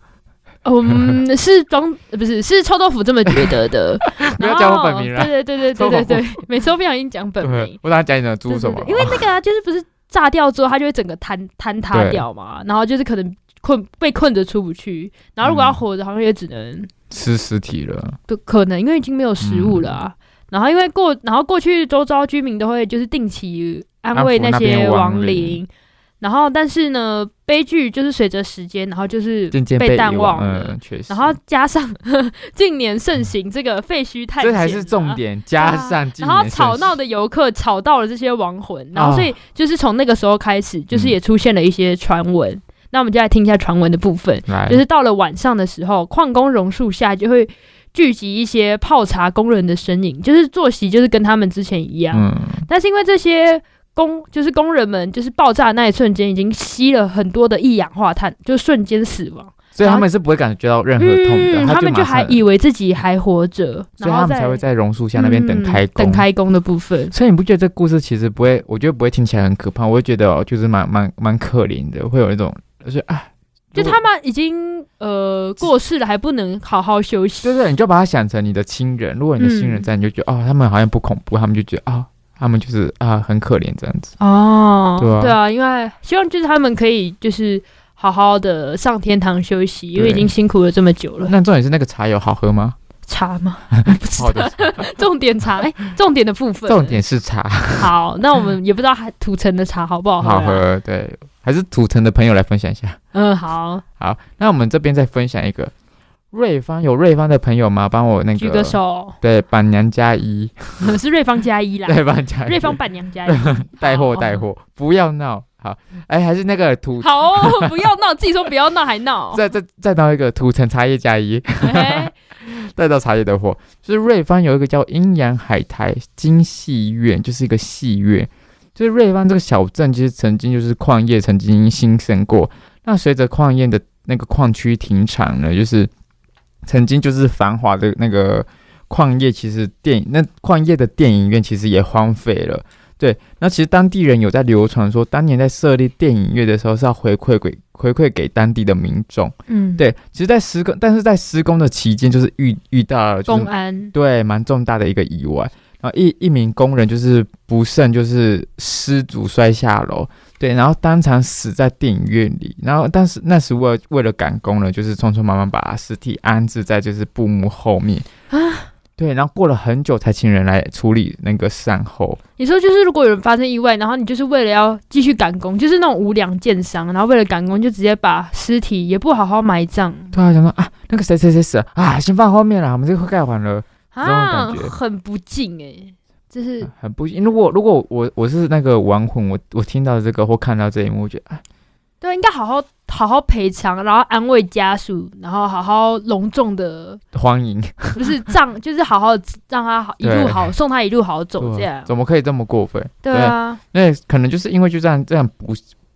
，
嗯，是装呃不是是臭豆腐这么觉得的
不要
然后
讲我本名啦
对对对对对对对，每次都不小心讲本名，
我刚才讲你的猪
对
什
对
么
对？因为那个啊，就是不是炸掉之后，它就会整个坍坍塌掉嘛，然后就是可能困被困着出不去，然后如果要
嗯
活着，好像也只能
吃尸体了，
不可能，因为已经没有食物了
嗯
啊。然后因为过，然后过去周遭居民都会就是定期安慰
安抚那边
些
亡灵
亡灵，然后但是呢，悲剧就是随着时间，然后就是
渐渐
被
遗
淡
忘，
忘了
嗯，。确实。
然后加上 近年盛行这个废墟探
这
险、啊
才是重。点，加上今
然后
年
吵
盛
闹
世
的游客吵到了这些亡魂，然
啊
后所以就是从那个时候开始，就是
嗯
也出现了一些传闻。那我们就来听一下传闻的部分，
来，
就是到了晚上的时候，矿工榕树下就会聚集一些泡茶工人的身影，就是作息就是跟他们之前一样，
嗯，
但是因为这些工就是工人们就是爆炸那一瞬间已经吸了很多的一氧化碳，就瞬间死亡。
所以他们是不会感觉到任何痛的，
嗯，他们就
就
还以
以，
为自己还活着，
所以
然
他们
后再
才会在榕树下那边等
嗯
开工。
等开工的部分。
所以你不觉得这故事其实不会，我觉得不会听起来很可怕，我会觉得哦，就是蛮蛮蛮可怜的，会有一种就是啊，
就
如果
他们已经呃过世了，还不能好好休息。
就是你就把它想成你的亲人，如果你的亲人
嗯
在，你就觉得、哦，他们好像不恐怖，他们就觉得啊、他们就是啊很可怜这样子。
哦
对啊
对啊，因为希望就是他们可以就是好好的上天堂休息，因为已
对
经辛苦了这么久了。
那重点是那个茶有好喝吗？
茶吗？不知
好
道
的，
重点 茶，哎、重点的部分。
重点是茶
好，那我们也不知道还土城的茶好不哦好喝、啊
好。喝，对，还是土城的朋友来分享一下。
嗯，好，
好，那我们这边再分享一个瑞芳，有瑞芳的朋友吗？帮我那个
举个， 手，
对，板娘加一，
是瑞芳加一啦，
对，板娘加一，
瑞芳伴娘加一。
带货
好
带货，不要闹。好，哎，还是那个土，
好哦， 不要闹，自己说不要闹还 闹。
再再再到一个土城茶叶加一，
哎
带到茶叶的货，就是瑞芳有一个叫阴阳海苔金戏院，就是一个戏院。就是瑞芳这个小镇，其实曾经就是矿业曾经兴盛过。那随着矿业的那个矿区停产呢，就是曾经就是繁华的那个矿业，其实电影那矿业的电影院其实也荒废了。对，那其实当地人有在流传说，当年在设立电影院的时候是要回馈给回馈给当地的民众。
嗯，，
对，其实，在施工，但是在施工的期间，就是遇遇到了就
公
是
安，
对蛮重大的一个意外，然后一一名工人就是不慎就是失足摔下楼，对，然后当场死在电影院里，然后但是那时为为了赶工呢，就是匆匆忙忙把尸体安置在就是布幕后面
啊
对，然后过了很久才请人来处理那个善后，
你说就是，如果有人发生意外，然后你就是为了要继续赶工，就是那种无良奸商，然后为了赶工就直接把尸体也不好好埋葬
对啊，想说啊，那个谁谁谁死了啊，先放后面了，我们这个快盖完了。种
啊，
感觉嗯
很不敬哎、就是
很不幸。如果如果我我是那个亡魂，我我听到这个或看到这一幕，我觉得啊，
对，应该好好好好赔偿，然后安慰家属，然后好好隆重的，
欢 迎，
不是葬，就是好好让他好一路
对
好，送他一路好走
对
这样。
怎么可以这么过分？
对啊，
那可能就是因为就这样这样不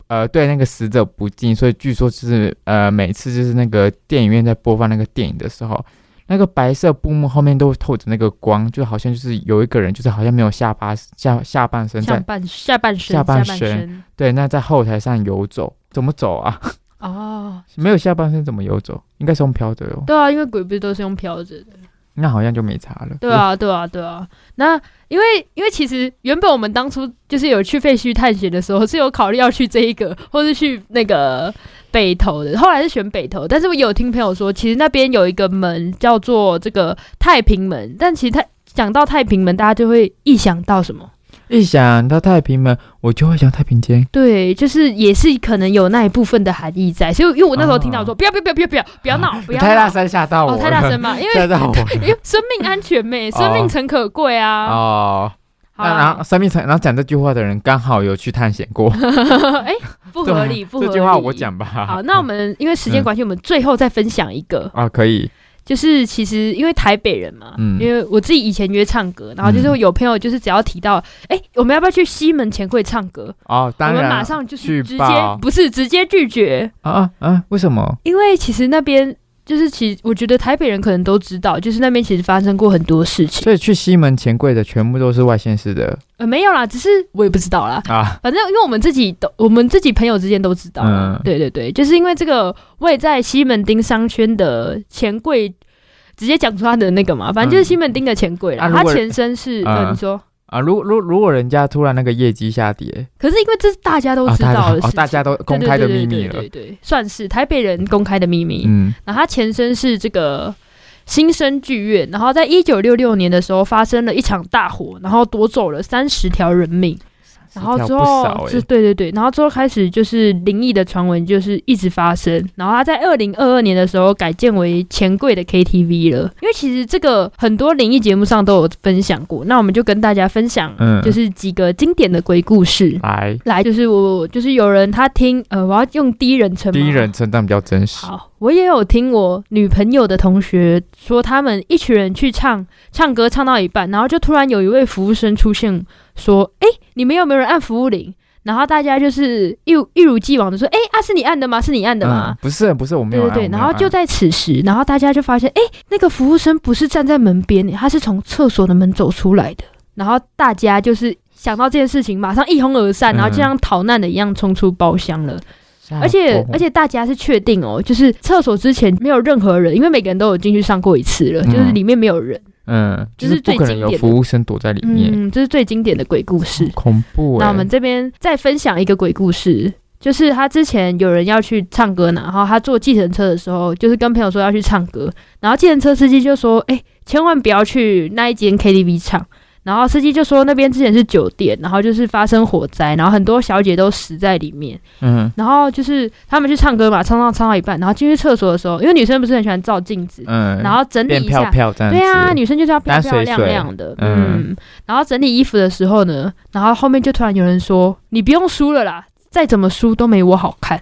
呃对那个死者不敬，所以据说就是呃每次就是那个电影院在播放那个电影的时候，那个白色布幕后面都透着那个光，就好像就是有一个人就是好像没有下巴下下半身
下
在
半下半身
下半
身
身对那在后台上游走，怎么走啊？
哦，
没有下半身怎么游走？应该是用飘的哦，
对啊，因为鬼不是都是用飘着的。
那好像就没差了。
对啊，对啊，对啊。那因为因为其实原本我们当初就是有去废墟探险的时候，是有考虑要去这一个， 或是去那个北投的，后来是选北投。但是我有听朋友说，其实那边有一个门叫做这个太平门，但其实太讲到太平门，大家就会一想到什么？
一想到太平门，我就会想太平间。
对，就是也是可能有那一部分的含义在。所以因为我那时候听到说，
啊
不要不要不要不要不要不要闹，不
你
要
太大
闹
声吓到我
哦，
了，
太大声嘛，因 为
吓到我
因
了。
为生命安全呗，生命
哦
诚可贵啊。
哦，
好啊
那
啦
然后生命成，然后讲这句话的人刚好有去探险过，
哎、不合理， 不合理。
这句话我。讲吧。嗯
好，那我们因为时间关系，我们最后再分享一个，
啊，可以，
就是其实因为台北人嘛，
嗯
因为我自己以前约唱歌，然后就是有朋友就是只要提到，哎、我们要不要去西门前会唱歌？
哦，
我
当
们
然，
马上就是
去
直接
报
不是直接拒绝，
啊啊啊！为什么？
因为其实那边就是其实我觉得台北人可能都知道，就是那边其实发生过很多事情。
所以去西门钱柜的全部都是外县市的
呃，没有啦，只是我也不知道啦，
啊，
反正因为我们自己都，我们自己朋友之间都知道。啊
嗯
对对对，就是因为这个，我也在西门町商圈的钱柜直接讲出他的那个嘛，反正就是西门町的钱柜啦。
嗯啊如
他
果
前身是，
嗯
呃，你说，
啊！如如如果人家突然那个业绩下跌，
可是因为这是大家都
啊，
知
大
道
家
的事情，
哦，大家都公
对
开的秘密
对对
了
对，对对，算是台北人公开的秘密。
嗯，
然后他前身是这个新生剧院，然后在一九六六年的时候发生了一场大火，然后夺走了三十条人命。然后
死
之
掉不少
后
欸
就对对对，然后之后开始就是灵异的传闻，就是一直发生。然后他在二零二二年的时候改建为钱柜的 KTV 了，因为其实这个很多灵异节目上都有分享过，那我们就跟大家分享，
嗯
就是几个经典的鬼故事。
来，
来，就是我就是有人他听，呃，我要用第一人称吗，
第一人称但比较真实。
好，我也有听我女朋友的同学说，他们一群人去唱唱歌，唱到一半，然后就突然有一位服务生出现，说：“哎、你们有没有人按服务铃？”然后大家就是一如一如既往的说：“哎、啊，是你按的吗？是你按的
嗯，
吗？”
不是不是，我没
对
有
对
按。
对，
我没
然
有
后
按
就在此时，然后大家就发现，哎，那个服务生不是站在门边，他是从厕所的门走出来的。然后大家就是想到这件事情，马上一哄而散，然后就
嗯
像逃难的一样冲出包厢了。
啊吓
而且
疯
而且大家是确定哦，就是厕所之前没有任何人，因为每个人都有进去上过一次了，就是
嗯
里面没有人。
嗯，
这
就是
最
不可能
经
有
典的
服务生躲在里面，
嗯，这是最经典的鬼故事。
恐怖哎、
那我们这边再分享一个鬼故事，就是他之前有人要去唱歌呢，然后他坐计程车的时候，就是跟朋友说要去唱歌，然后计程车司机就说：“哎、千万不要去那一间 KTV 唱。”然后司机就说那边之前是酒店，然后就是发生火灾，然后很多小姐都死在里面。
嗯
然后就是他们去唱歌嘛，唱唱唱到一半，然后进去厕所的时候，因为女生不是很喜欢照镜子，
嗯，
然后整理
变
一
漂
下，
漂这样子，
对啊，女生就是要漂
单
漂
水
亮
水
亮的，
嗯
嗯。然后整理衣服的时候呢，然后后面就突然有人说：“你不用梳了啦，再怎么梳都没我好看。”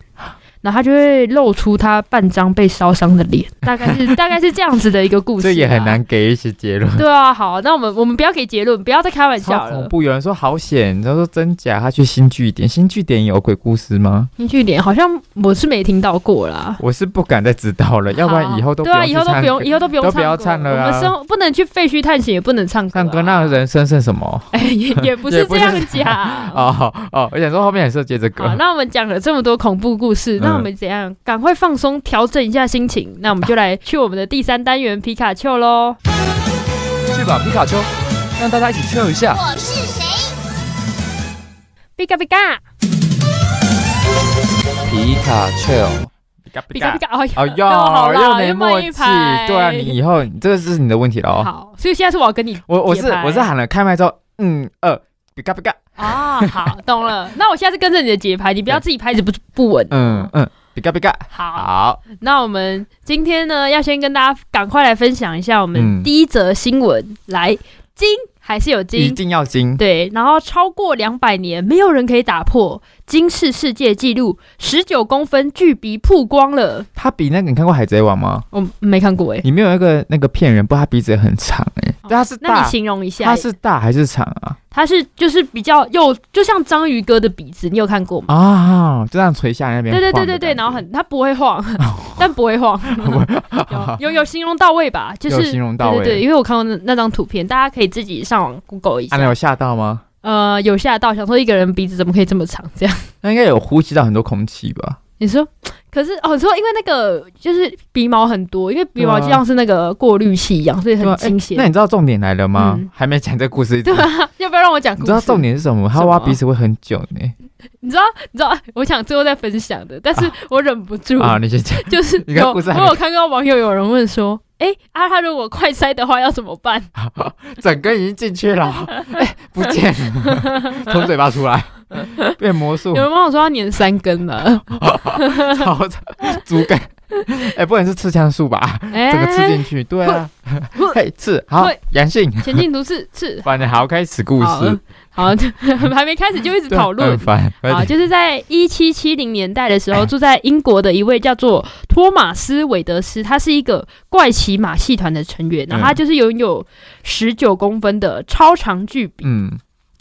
然后他就会露出他半张被烧伤的 脸，大概是大概是这样子的一个故事，
这也很。难给一些结论。
对啊，好，那我们我们不要给结论，不要再开玩笑
超恐
了。
怖！有人说好险，他说真假，他去新据点，新据点有鬼故事吗？
进去一点，好像我是没听到过啦。
我是不敢再知道了，要不然以后都
对啊，
去
以后都
唱
不用，
歌
以后都不用
都
唱
不要
歌
唱了
我
啊
们生不能去废墟探险，也不能唱歌、啊。
唱歌，那人生剩什么？
哎、也也不
也
是
不
这
是
样讲。
哦哦，我想说后面也是接这
好，
个，
那我们讲了这么多恐怖故事，
嗯
那我们怎样赶快放松，调整一下心情？那我们就来去我们的第三单元皮卡丘喽。
去吧，皮卡丘，让大家一起 chill 一下。
我是谁？
皮卡皮卡，
皮卡丘，
皮卡皮 卡，
哦
哎
哟，
好啦
又没默
又慢一
契
拍，
对啊，你以后你这个是你的问题了
呀，
哦。
好，所以现在是我要跟你
我我是
节拍
我是喊了开麦之后，嗯呃，比嘎比嘎，
啊，好，懂了。那我现在是跟着你的节拍，你不要自己拍子不不稳。
嗯嗯，比嘎比嘎，
好，
好，
那我们今天呢，要先跟大家赶快来分享一下我们
嗯
第一则新闻，来金还是有
一
金。
定要精，
对，然后超过两百年，没有人可以打破金氏世界纪录，十九公分巨鼻曝光了。
他比那个你看过《海贼王》吗？
我没看过哎、
里面有一个那个骗人，不，过他鼻子也很长哎、
哦
但他是
那你
大，
形容一下，
他是大还是长啊？
它是就是比较又就像章鱼哥的鼻子，你有看过吗？
啊，就这样垂下来那边
哦
晃的
对对
感觉。
对对对，然后很它不 会晃，但不会晃，有有有形容到位吧？就
有
是
形容到位
对对对，因为我看过那那张图片，大家可以自己上网 Google 一
啊，
下。
那有吓到吗？
呃，有吓到，想说一个人鼻子怎么可以这么长？这样
那应该有呼吸到很多空气吧？
你说，可是哦，你说因为那个就是鼻毛很多，因为鼻毛
对啊
就像是那个过滤器一样，所以
对
很
啊
清闲。
那你知道重点来了吗？
嗯
还没讲这故事，
对啊，要不要让我讲故
你
事？
知道重点是什么吗？
什
他
么
挖鼻屎会很欸久呢。
你知道，你知道，我想最后再分享的，但是我忍不住，
啊，你先讲。
就是
你看
有
故事还
我
没
有看到网友有人问说，哎、啊，他如果快塞的话要怎么办？
整根已经进去了， 哎、不见了， 从嘴巴出来，变魔术
有，人帮我说要粘三根啊了，
超长竹 竿，哎、不能是刺枪术 吧？
哎、
整个刺进去，对啊，嘿，刺好
会，
阳性，
前进图是是。
反正好嗯开始故
好
事，，
好，还没开始就一直
对
讨论
很，烦，
啊，
快点
就是在一七七零年代的时候，住在英国的一位叫做托马斯·韦德斯，他是一个怪奇马戏团的成员，然后他就是拥有十九公分的超长巨鼻。
嗯，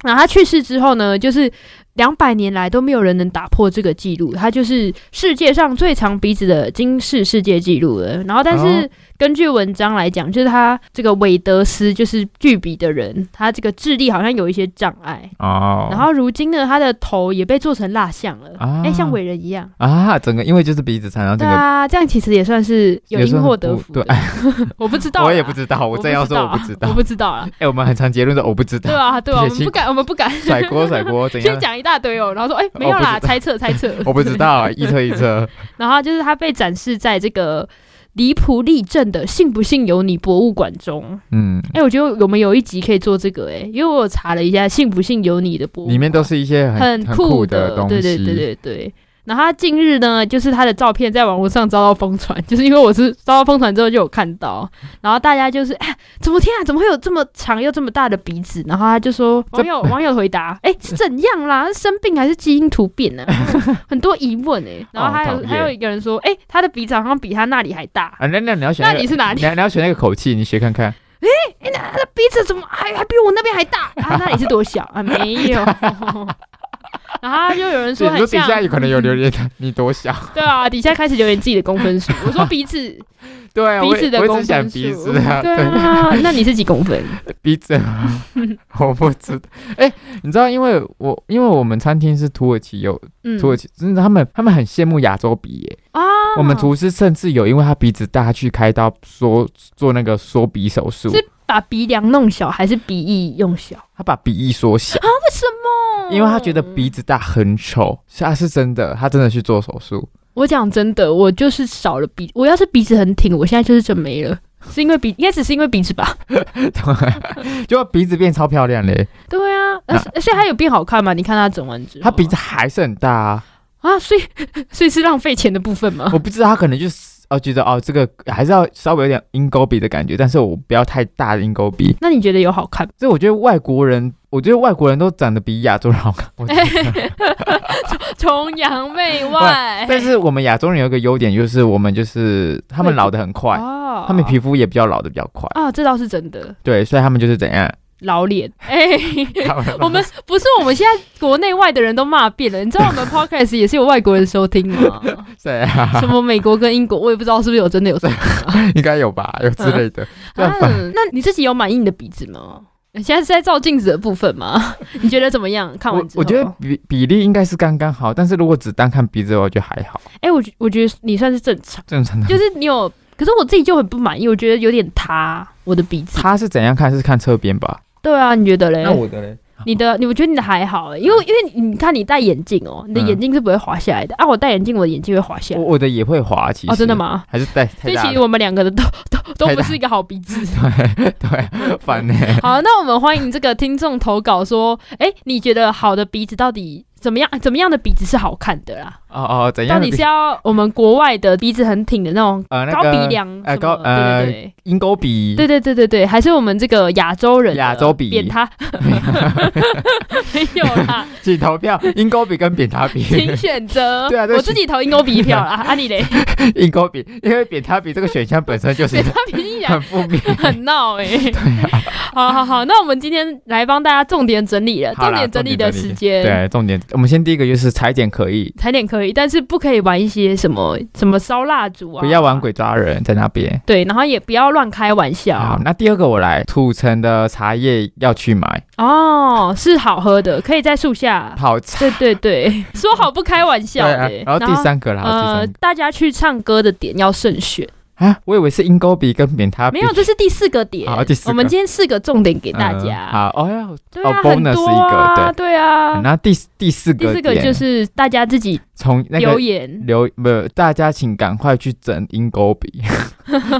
然后他去世之后呢，就是两百年来都没有人能打破这个记录，他就是世界上最长鼻子的金氏世界纪录了。然后，但是
哦
根据文章来讲，就是他这个韦德斯就是巨鼻的人，他这个智力好像有一些障碍。
哦，
然后如今呢，他的头也被做成蜡像了，哎、
啊
像伟人一样。
啊，整个因为就是鼻子缠到这
对
个，
啊，这样其实也算是有
也算
因
是
祸得
不
福
对
的。 我不知道啦，
我也不知道，我
不
真要说
道
我不知道
我，不知道啦。
哎、我们很常结论的我不知
对
道，
啊，对啊，我
撇
们
清
不敢，我们不敢
甩锅甩锅怎
先
样？
讲一大堆哦，然后说哎、没有
我
啦，
不知道
猜 测猜测。
我不知。道，一测一测，
然后就是他被展示在这个离普利镇的“信不信由你”博物馆中。
嗯，
哎、我觉得我们有一集可以做这个哎、因为我有查了一下“信不信由你”的博物馆，
里面都是一些很
很
酷
的，
东西，
对对对对对。然后他近日呢，就是他的照片在网络上遭到疯传， 就是因为我是遭到疯传之后就有看到，然后大家就是哎，怎么天啊，怎么会有这么长又这么大的鼻子？然后他就说，网友网友回答， 哎，是怎样啦？是生病还是基因突 变呢、啊？很多疑问哎、然后还有、
哦讨厌
还有一个人说，哎，他的鼻子好像比他那里还大，
啊，那那你要选
那
那个，
你是哪里？
你你要选那个口气，你学看看。
哎、那他的鼻子怎么还还比我那边还大？啊，那里是多小啊？没有。 然后就有人
对
说
你说
很
底
像，
下有可能有留言 的，你多小？
对啊，底下开始留言自己的公分数。我说鼻子，
对啊，
鼻
我
子
也
的
我一
公
直想
分
鼻
数，
子 啊，
对
对，
啊， 那你是几公分？
鼻 子，我不知道。哎，你知道，因为我因为我们餐厅是土耳其有
嗯
土耳其，真的他们他们很羡慕亚洲鼻耶。
啊，
我们厨师甚至有因为他鼻子大他去开刀缩做那个缩鼻手术，
是把鼻梁弄小还是鼻翼用小？
他把鼻翼缩小，
为什么？
因为他觉得鼻子大很丑。是啊，是真的，他真的去做手术。
我讲真的，我就是少了鼻，我要是鼻子很挺，我现在就是真没了，是因为鼻，应该只是因为鼻子吧？
就鼻子变超漂亮嘞，
对啊，而且而且它有变好看吗？你看它整完之后，
他鼻子还是很大 啊。
啊，所以所以是浪费钱的部分吗
我？不知道他可能就是哦觉得哦这个还是要稍微有点鹰钩鼻的感觉，但是我不要太大的鹰钩鼻。
那你觉得有好看吗？
所以我觉得外国人，我觉得外国人都长得比亚洲人好 看。我觉得
崇洋媚
外
外，
但是我们亚洲人有一个优点，就是我们就是他们老得很快，
哦
他们皮肤也比较老得比较快，
啊，这倒是真的，
对，所以他们就是怎样，
老脸哎。
他们
我们不是我们现在国内外的人都骂遍了，你知道我 们 podcast 也是有外国人收听吗？
对啊，
什么美国跟英国，我也不知道是不是有真的有收听。
应该有吧，有之类的。 对啊
啊，那你自己有满意你的鼻子吗？你现在是在照镜子的部分吗？你觉得怎么样？看完
我
之后，
我觉得，比比例应该是刚刚好，但是如果只单看鼻子，我觉得还好，
哎、我觉我觉得你算是正 常，
正常的。
就是你有，可是我自己就很不满意，我觉得有点塌我的鼻子。
他是怎样看？是看侧边吧？
对啊，你觉得嘞？
的嘞？
你的，你我觉得你的还好、欸因为因为你看你戴眼镜哦、你的
啊嗯
眼镜是不会滑下来的、啊。我戴眼镜，我的眼镜会滑下
我
来。
我的也会滑，其实。
哦，真的？吗？
还是戴
所
太
以
大
其实
了？
我们两个的都 都都
太
不
大
是一个好鼻子。
对对，烦呢、
好，那我们欢迎这个听众投稿说，哎、你觉得好的鼻子到底怎么样？怎么样的鼻子是好看的啦？
哦哦，怎
到
样的
底
鼻？
是要我们国外的鼻子很挺的那种
呃那
高
个
鼻梁
呃
什么
高呃
对
鹰钩鼻？
对对对对对对对，还是我们这个亚洲人的
亚洲鼻
扁 塌？ 没有啦，
请投 票，鹰钩鼻跟扁塌鼻。
请选择。
对啊对
我自己投鹰钩鼻一票啦。啊，你 嘞？
鹰钩鼻，因为扁塌鼻这个选项本身就是
扁塌鼻竟然
很负面。
很闹哎、
啊
好好好，那我们今天来帮大家重点整理了，
好
重
啦
点整理的时间。
对，重点，我们先第一个就是踩点可以，
踩点可以，但是不可以玩一些什么什么烧蜡烛啊，
不要玩。鬼抓人，在那边。
对，然后也不要乱开玩
好
笑，
那第二个我来，土城的茶叶要去买，
哦，是好喝的，可以在树下。
泡茶。
对对对， 说好不开玩笑欸
对
的、
啊，然后第三个啦，然后第
呃
三个，
大家去唱歌的点要慎选，
啊，我以为是鹰钩鼻跟扁塌鼻，
没有，这是第四个点。
啊好第四个
我们今天四个重点给
给
大家。
好，哦哟，
对啊，
哦
很
，bonus
多
一
啊，
个
对啊。
那第第四
第
个
四个
点
就是大家自己
从那
留
个嗯
言，
留不，大家请赶快去整鹰钩 鼻，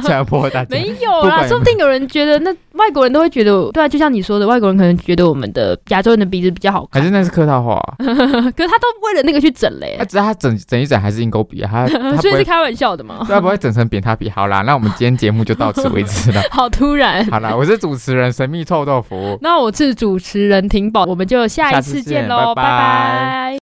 强迫大家
没。有
不
啦，
管
说不定有人觉得那外国人都会觉得，对啊，就像你说的，外国人可能觉得我们的亚洲人的鼻子比较好
还
看，
是那是客套话、
可是他都为了那个去整嘞、
啊，只是他整整一整还是鹰钩鼻 啊，他他
所
不
以是
会，啊
开玩笑的嘛，
他不会整成扁塌鼻。好啦，那我们今天节目就到此为止 了。
好突然。
好啦，我是主持人神秘臭豆腐。
那我是主持人婷宝，我们就下一
下次
次
见
见喽，
拜拜
拜拜